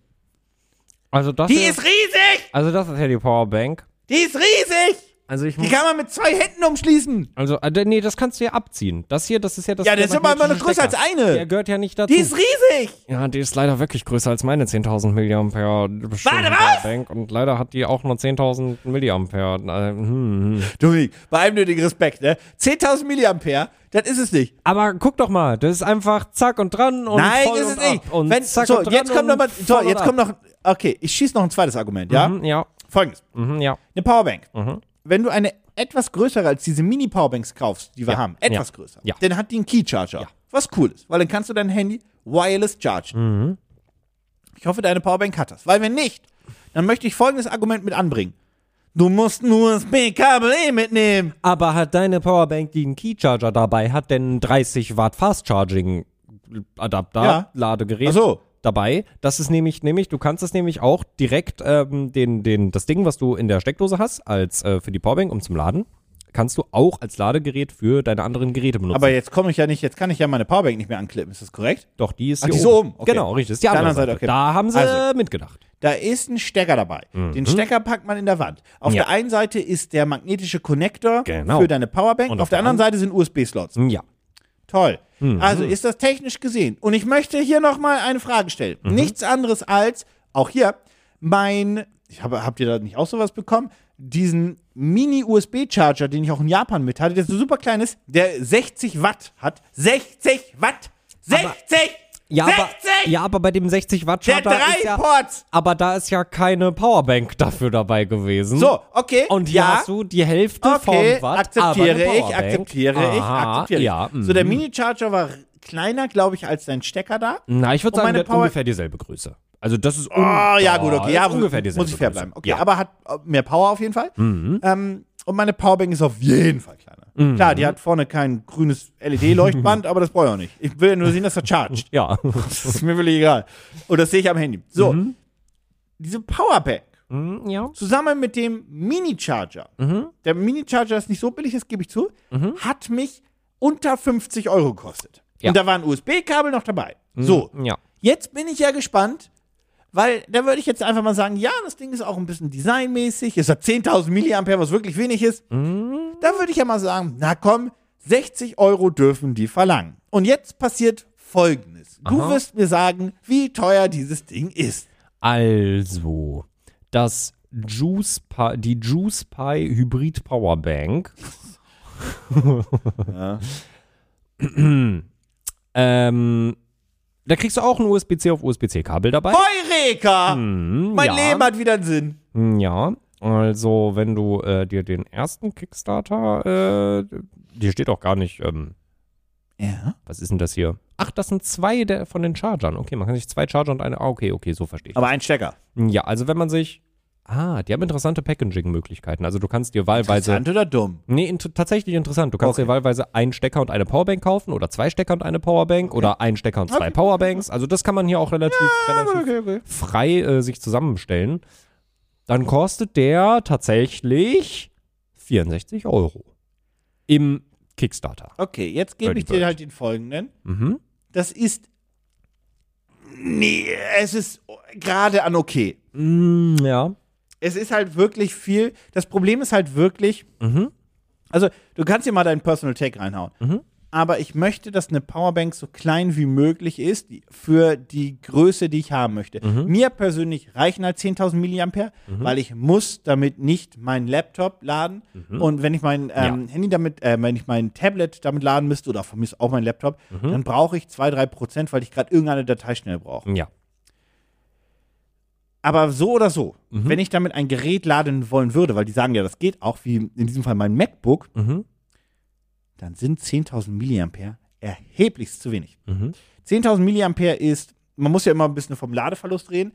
C: also das,
D: Die
C: hier-
D: ist riesig!
C: also das ist ja die Powerbank.
D: Die ist riesig!
C: Also ich
D: Die
C: muss,
D: kann man mit zwei Händen umschließen.
C: also äh, nee, das kannst du ja abziehen. Das hier, das ist ja das.
D: Ja, das ist aber immer noch
C: magnetische
D: größer als
C: Stecker. Der
D: eine.
C: gehört ja nicht dazu.
D: Die ist riesig!
C: ja, die ist leider wirklich größer als meine 10.000 Milliampere bestimmte
D: was?
C: Powerbank und leider hat die auch nur 10.000 Milliampere. Äh, hm, hm.
D: Dominik, bei allem nötigen Respekt, ne? 10.000 Milliampere, das ist es nicht.
C: Aber guck doch mal, das ist einfach zack und dran und
D: Nein,
C: voll
D: das
C: und
D: ist es nicht.
C: ab und
D: Wenn,
C: zack
D: so,
C: und dran
D: jetzt kommt
C: und
D: noch mal, so,
C: voll und
D: jetzt
C: ab.
D: kommt noch, okay, ich schieß noch ein zweites Argument, ja?
C: Mhm, ja,
D: Folgendes,
C: mhm, ja.
D: eine Powerbank. Wenn du eine etwas größere als diese Mini-Powerbanks kaufst, die wir haben, etwas
C: Ja.
D: größer,
C: Ja.
D: dann hat die einen Key-Charger, was cool ist, weil dann kannst du dein Handy wireless chargen. Ich hoffe, deine Powerbank hat das, weil wenn nicht, dann möchte ich folgendes Argument mit anbringen. Du musst ein USB-Kabel eh mitnehmen.
C: Aber hat deine Powerbank, die einen Keycharger dabei hat, denn ein 30 Watt Fast Charging Adapter,
D: Ja.
C: Ladegerät
D: Ach so.
C: dabei? Das ist nämlich, nämlich, du kannst es nämlich auch direkt ähm, den, den, das Ding, was du in der Steckdose hast, als äh, für die Powerbank, um zum Laden, kannst du auch als Ladegerät für deine anderen Geräte benutzen.
D: Aber jetzt komme ich ja nicht, jetzt kann ich ja meine Powerbank nicht mehr anklippen, ist das korrekt?
C: Doch, die ist
D: Ach,
C: hier
D: die ist so
C: oben.
D: oben. Okay.
C: Genau, richtig. Ist die
D: Auf der
C: andere Seite.
D: anderen Seite, okay.
C: Da haben sie
D: Also.
C: mitgedacht.
D: Da ist ein Stecker dabei. Den Stecker packt man in der Wand. Auf
C: Mhm. Ja.
D: der einen Seite ist der magnetische Connector
C: Genau.
D: für deine Powerbank,
C: Und
D: auf, der anderen Seite sind USB-Slots.
C: Ja.
D: Toll.
C: Mhm.
D: Also ist das technisch gesehen. Und ich möchte hier nochmal eine Frage stellen.
C: Mhm.
D: Nichts anderes als, auch hier, mein, ich habe, habt ihr da nicht auch sowas bekommen? Diesen Mini-USB-Charger, den ich auch in Japan mit hatte, der so super klein ist, der 60 Watt hat. 60 Watt! 60!
C: Ja,
D: 60!
C: aber, ja, aber bei dem 60 Watt
D: der
C: Charger ist
D: drei
C: ja,
D: Ports!
C: aber da ist ja keine Powerbank dafür dabei gewesen.
D: So, okay.
C: Und hier
D: ja,
C: hast du die Hälfte
D: Okay,
C: vom Watt.
D: akzeptiere
C: aber eine
D: ich,
C: Powerbank.
D: akzeptiere ich,
C: Aha,
D: akzeptiere
C: ja,
D: ich.
C: mhm.
D: So, der Mini-Charger war kleiner, glaube ich, als dein Stecker da.
C: Na, ich würde
D: Und
C: sagen,
D: meine
C: der hat
D: Power-
C: ungefähr dieselbe Größe. Also das ist
D: Ah, ja, gut, okay. Ja,
C: ungefähr dieselbe
D: muss ich fair
C: Größe.
D: bleiben. Okay,
C: ja. Mhm.
D: aber hat äh, mehr Power auf jeden Fall. Ähm, und meine Powerbank ist auf jeden Fall kleiner. Klar, die hat vorne kein grünes LED-Leuchtband, aber das brauche ich auch nicht. Ich will ja nur sehen, dass er charged.
C: ja.
D: Das ist mir völlig egal. Und das sehe ich am Handy. So,
C: Mhm.
D: diese Powerbank
C: Hm, ja.
D: zusammen mit dem Mini-Charger,
C: Mhm.
D: der Mini-Charger ist nicht so billig, das gebe ich zu, hat mich unter 50 Euro gekostet.
C: Ja. Mhm.
D: Und da war ein USB-Kabel noch dabei. So,
C: Ja.
D: jetzt bin ich ja gespannt, weil da würde ich jetzt einfach mal sagen, ja, das Ding ist auch ein bisschen designmäßig, es hat 10.000 Milliampere, was wirklich wenig ist.
C: Mhm.
D: Da würde ich ja mal sagen, na komm, 60 Euro dürfen die verlangen. Und jetzt passiert Folgendes. Du wirst mir sagen, wie teuer dieses Ding ist.
C: Also, das Juice Pi, die Juice Pi Hybrid Powerbank. ähm, da kriegst du auch ein USB-C auf USB-C-Kabel dabei.
D: Heureka!
C: Hm,
D: Mein
C: ja. Hm,
D: Leben hat wieder einen Sinn.
C: Ja, also wenn du äh, dir den ersten Kickstarter, äh, hier steht auch gar nicht, ähm,
D: Ja.
C: was ist denn das hier? Ach, das sind zwei der, von den Chargern. Okay, man kann sich zwei Charger und eine, ah, okay, okay, so verstehe ich.
D: Aber ein Stecker.
C: Ja, also wenn man sich Ah, die haben interessante Packaging-Möglichkeiten. Also du kannst dir wahlweise.
D: Interessant oder dumm?
C: Nee, int tatsächlich interessant. Du kannst dir wahlweise einen Stecker und eine Powerbank kaufen oder zwei Stecker und eine Powerbank oder einen Stecker und zwei Powerbanks. Also das kann man hier auch relativ, relativ frei äh, sich zusammenstellen. Dann kostet der tatsächlich 64 Euro im Kickstarter.
D: Okay, jetzt gebe
C: Early
D: ich dir
C: Bird.
D: halt den folgenden. Das ist. Nee, es ist gerade an okay.
C: ja.
D: Es ist halt wirklich viel. Das Problem ist halt wirklich. Also, du kannst dir mal deinen Personal Tag reinhauen. Aber ich möchte, dass eine Powerbank so klein wie möglich ist die- für die Größe, die ich haben möchte. Mir persönlich reichen halt 10.000 Milliampere, weil ich muss damit nicht meinen Laptop laden. Und wenn ich mein ähm, Handy damit, äh, wenn ich mein Tablet damit laden müsste oder von mir ist auch mein Laptop, dann brauche ich 2-3 Prozent, weil ich gerade irgendeine Datei schnell brauche.
C: Ja.
D: Aber so oder so, wenn ich damit ein Gerät laden wollen würde, weil die sagen ja, das geht auch, wie in diesem Fall mein MacBook,
C: Mhm.
D: dann sind 10.000 Milliampere erheblichst zu wenig.
C: Mhm.
D: 10.000 Milliampere ist, man muss ja immer ein bisschen vom Ladeverlust reden,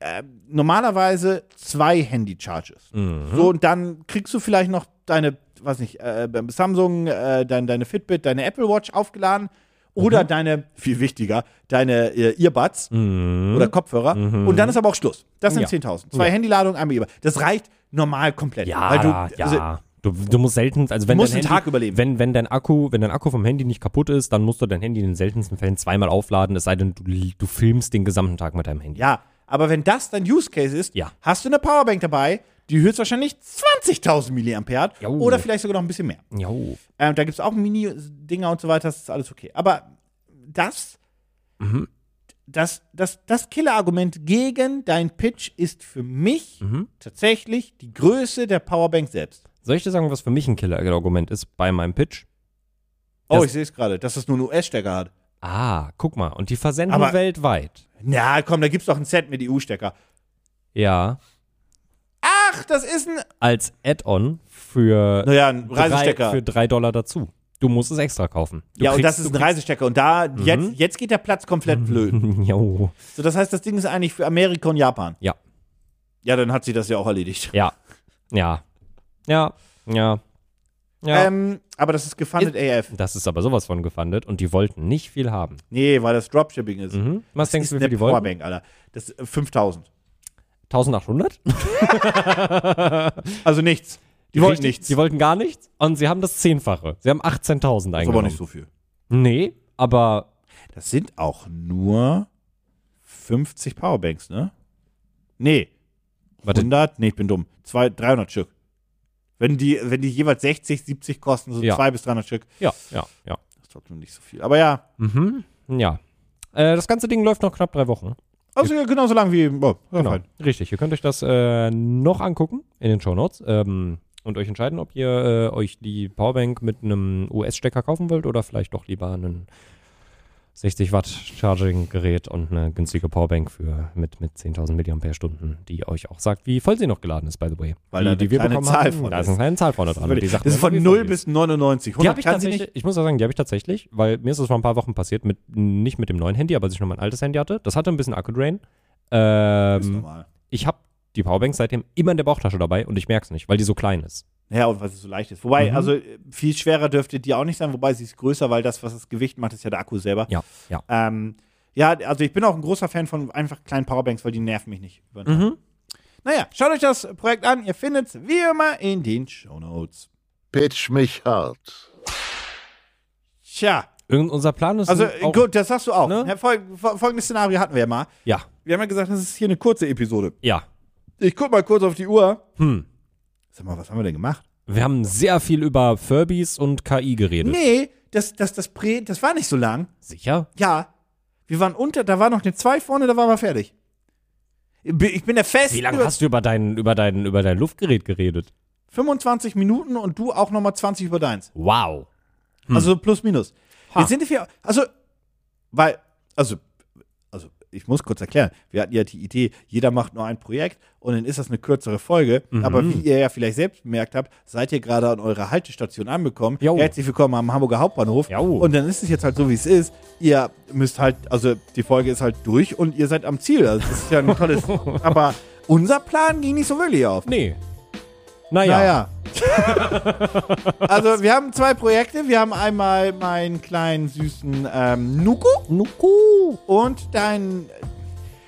D: äh, normalerweise zwei Handy-Charges.
C: Mhm.
D: So, und dann kriegst du vielleicht noch deine, weiß nicht, äh, beim Samsung, äh, dein, deine Fitbit, deine Apple Watch aufgeladen oder
C: Mhm.
D: deine, viel wichtiger, deine äh, Earbuds oder Kopfhörer. Und dann ist aber auch Schluss. Das sind
C: Mhm. Ja.
D: 10.000. Zwei Handyladungen, einmal Earbud. Das reicht normal komplett.
C: Ja,
D: Weil du,
C: ja.
D: also,
C: du, du musst selten, also wenn
D: musst
C: dein
D: den
C: Handy,
D: Tag überleben.
C: Wenn, wenn dein Akku, wenn dein Akku vom Handy nicht kaputt ist, dann musst du dein Handy in den seltensten Fällen zweimal aufladen, es sei denn, du, du filmst den gesamten Tag mit deinem Handy.
D: ja, aber wenn das dein Use Case ist,
C: Ja.
D: hast du eine Powerbank dabei, die höchstwahrscheinlich 20.000 Milliampere hat
C: Jo.
D: oder vielleicht sogar noch ein bisschen mehr.
C: Ja.
D: Ähm, da gibt es auch Mini-Dinger und so weiter, das ist alles okay. Aber das,
C: Mhm.
D: das, das, das Killer-Argument gegen dein Pitch ist für mich
C: Mhm.
D: tatsächlich die Größe der Powerbank selbst.
C: Soll ich dir sagen, was für mich ein Killer-Argument ist bei meinem Pitch?
D: Oh,
C: Das-
D: ich sehe es gerade, dass das nur einen US-Stecker hat.
C: Ah, guck mal, und die versenden
D: Aber-
C: weltweit.
D: Na komm, da gibt's doch ein Set mit E EU-Stecker.
C: Ja,
D: Ach, das ist ein.
C: als Add-on für,
D: Naja, ein
C: drei,
D: Reisestecker.
C: für drei Dollar dazu. Du musst es extra kaufen. Du
D: ja, und das
C: kriegst- Mhm.
D: ist ein Reisestecker. Und da, jetzt, jetzt geht der Platz komplett blöd.
C: Jo.
D: So, das heißt, das Ding ist eigentlich für Amerika und Japan.
C: Ja.
D: Ja, dann hat sie das ja auch erledigt.
C: Ja. Ja. Ja. Ja. Ja.
D: Ähm, aber das ist gefundet AF.
C: Das ist aber sowas von gefundet und die wollten nicht viel haben.
D: Nee, weil das Dropshipping ist.
C: Hm? Was denkst
D: Ist
C: du, wie viel
D: eine
C: die wollten?
D: Powerbank, Alter. Das äh, 5000.
C: 1800?
D: Also nichts. Die wollten nichts.
C: Die wollten gar nichts und sie haben das Zehnfache. Sie haben 18.000
D: ist aber
C: eingenommen.
D: nicht so viel.
C: Nee, aber
D: Das sind auch nur 50 Powerbanks, ne? Nee.
C: Warte.
D: 100? Nee, ich bin dumm. Zwei, 300 Stück. Wenn die, wenn die jeweils 60, 70 kosten, so
C: Ja.
D: 200 bis 300 Stück,
C: ja, ja, ja.
D: das ist trotzdem nicht so viel. Aber ja,
C: Ja. Äh, das ganze Ding läuft noch knapp drei Wochen.
D: also ja, genauso lang wie. Oh, ja,
C: Genau.
D: fein.
C: Richtig. Ihr könnt euch das äh, noch angucken in den Show Notes ähm, und euch entscheiden, ob ihr äh, euch die Powerbank mit einem US-Stecker kaufen wollt oder vielleicht doch lieber einen 60 Watt Charging-Gerät und eine günstige Powerbank für mit, mit 10.000 mAh, die euch auch sagt, wie voll sie noch geladen ist, by the way.
D: Weil
C: die,
D: da eine
C: die wir
D: kleine
C: bekommen
D: Zahl
C: haben,
D: vorne
C: da ist
D: ist.
C: eine kleine Zahl vorne dran. und die sagt
D: Das ist
C: mir, wie
D: von
C: voll
D: 0
C: die ist.
D: bis 99.
C: Die
D: 100
C: habe ich
D: kann sie
C: tatsächlich,
D: nicht.
C: ich muss auch sagen, die habe ich tatsächlich, weil mir ist das vor ein paar Wochen passiert, mit, nicht mit dem neuen Handy, aber als ich noch mein altes Handy hatte. Das hatte ein bisschen Akku-Drain.
D: Ist
C: Ähm,
D: Hm. normal.
C: ich habe die Powerbank seitdem immer in der Bauchtasche dabei und ich merke es nicht, weil die so klein ist.
D: Ja, und was es so leicht ist. Wobei, also äh, viel schwerer dürfte die auch nicht sein, wobei sie ist größer, weil das, was das Gewicht macht, ist ja der Akku selber.
C: Ja, ja.
D: Ähm, ja, also ich bin auch ein großer Fan von einfach kleinen Powerbanks, weil die nerven mich nicht. über den Tag.
C: Mhm.
D: Naja, schaut euch das Projekt an. Ihr findet es wie immer in den Shownotes.
A: Pitch mich hart.
D: Tja,
C: Irgend unser Plan ist
D: also
C: auch,
D: gut, das sagst du auch.
C: ne?
D: Ja, Fol fol- folgendes Szenario hatten wir ja mal.
C: Ja,
D: Wir haben ja gesagt, das ist hier eine kurze Episode.
C: ja.
D: Ich guck mal kurz auf die Uhr.
C: Hm.
D: Sag mal, was haben wir denn gemacht?
C: Wir haben sehr viel über Furbies und KI geredet.
D: Nee, das, das, das, Prä das war nicht so lang.
C: Sicher?
D: Ja. Wir waren unter, da war noch eine 2 vorne, da waren wir fertig. Ich bin- Ich bin der fest.
C: Wie lange hast du über dein, über dein, über dein Luftgerät geredet?
D: 25 Minuten und du auch nochmal 20 über deins.
C: Wow. Hm.
D: Also plus minus. Jetzt sind wir, also, weil, also, also, ich muss kurz erklären. Wir hatten ja die Idee, jeder macht nur ein Projekt und dann ist das eine kürzere Folge.
C: Mhm.
D: Aber wie ihr ja vielleicht selbst bemerkt habt, seid ihr gerade an eurer Haltestation angekommen.
C: Jo.
D: Herzlich willkommen am Hamburger Hauptbahnhof.
C: Jo.
D: Und dann ist es jetzt halt so, wie es ist. Ihr müsst halt, also die Folge ist halt durch und ihr seid am Ziel. Also, das ist ja ein tolles, aber Unser Plan ging nicht so wirklich auf.
C: Nee. Naja.
D: Naja. also, wir haben zwei Projekte. Wir haben einmal meinen kleinen süßen ähm, Nuku. Nuku. Und dein.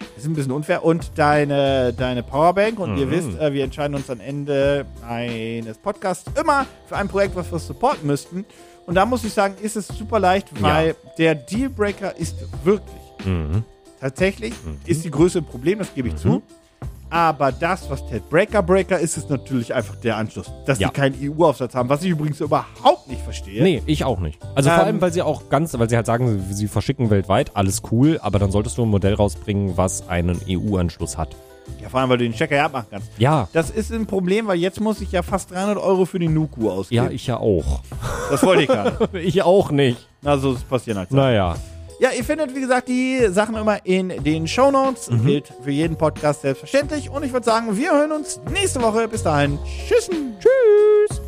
D: Das ist ein bisschen unfair. Und deine, deine Powerbank. Und ihr wisst, äh, wir entscheiden uns am Ende eines Podcasts immer für ein Projekt, was wir supporten müssten. Und da muss ich sagen, ist es super leicht, weil der Dealbreaker ist wirklich. Tatsächlich
C: Mhm.
D: ist die Größe ein Problem, das gebe ich zu. Aber das, was Ted Breaker Breaker ist, ist natürlich einfach der Anschluss. Dass
C: Ja.
D: die keinen EU-Aufsatz haben, was ich übrigens überhaupt nicht verstehe.
C: Nee, ich auch nicht. Also vor
D: Ähm,
C: allem, weil sie auch ganz, weil sie halt sagen, sie- sie verschicken weltweit, alles cool, aber dann solltest du ein Modell rausbringen, was einen EU-Anschluss hat.
D: Ja, vor allem, weil du den Checker ja abmachen kannst.
C: Ja.
D: Das ist ein Problem, weil jetzt muss ich ja fast 300 Euro für die Nuku ausgeben.
C: Ja, ich ja auch.
D: das wollte ich gar nicht.
C: ich auch nicht.
D: Na, so ist es passieren halt.
C: Naja.
D: Ja, ihr findet, wie gesagt, die Sachen immer in den Shownotes.
C: Mhm.
D: Gilt für jeden Podcast selbstverständlich. Und ich würde sagen, wir hören uns nächste Woche. Bis dahin. Tschüssen. Tschüss.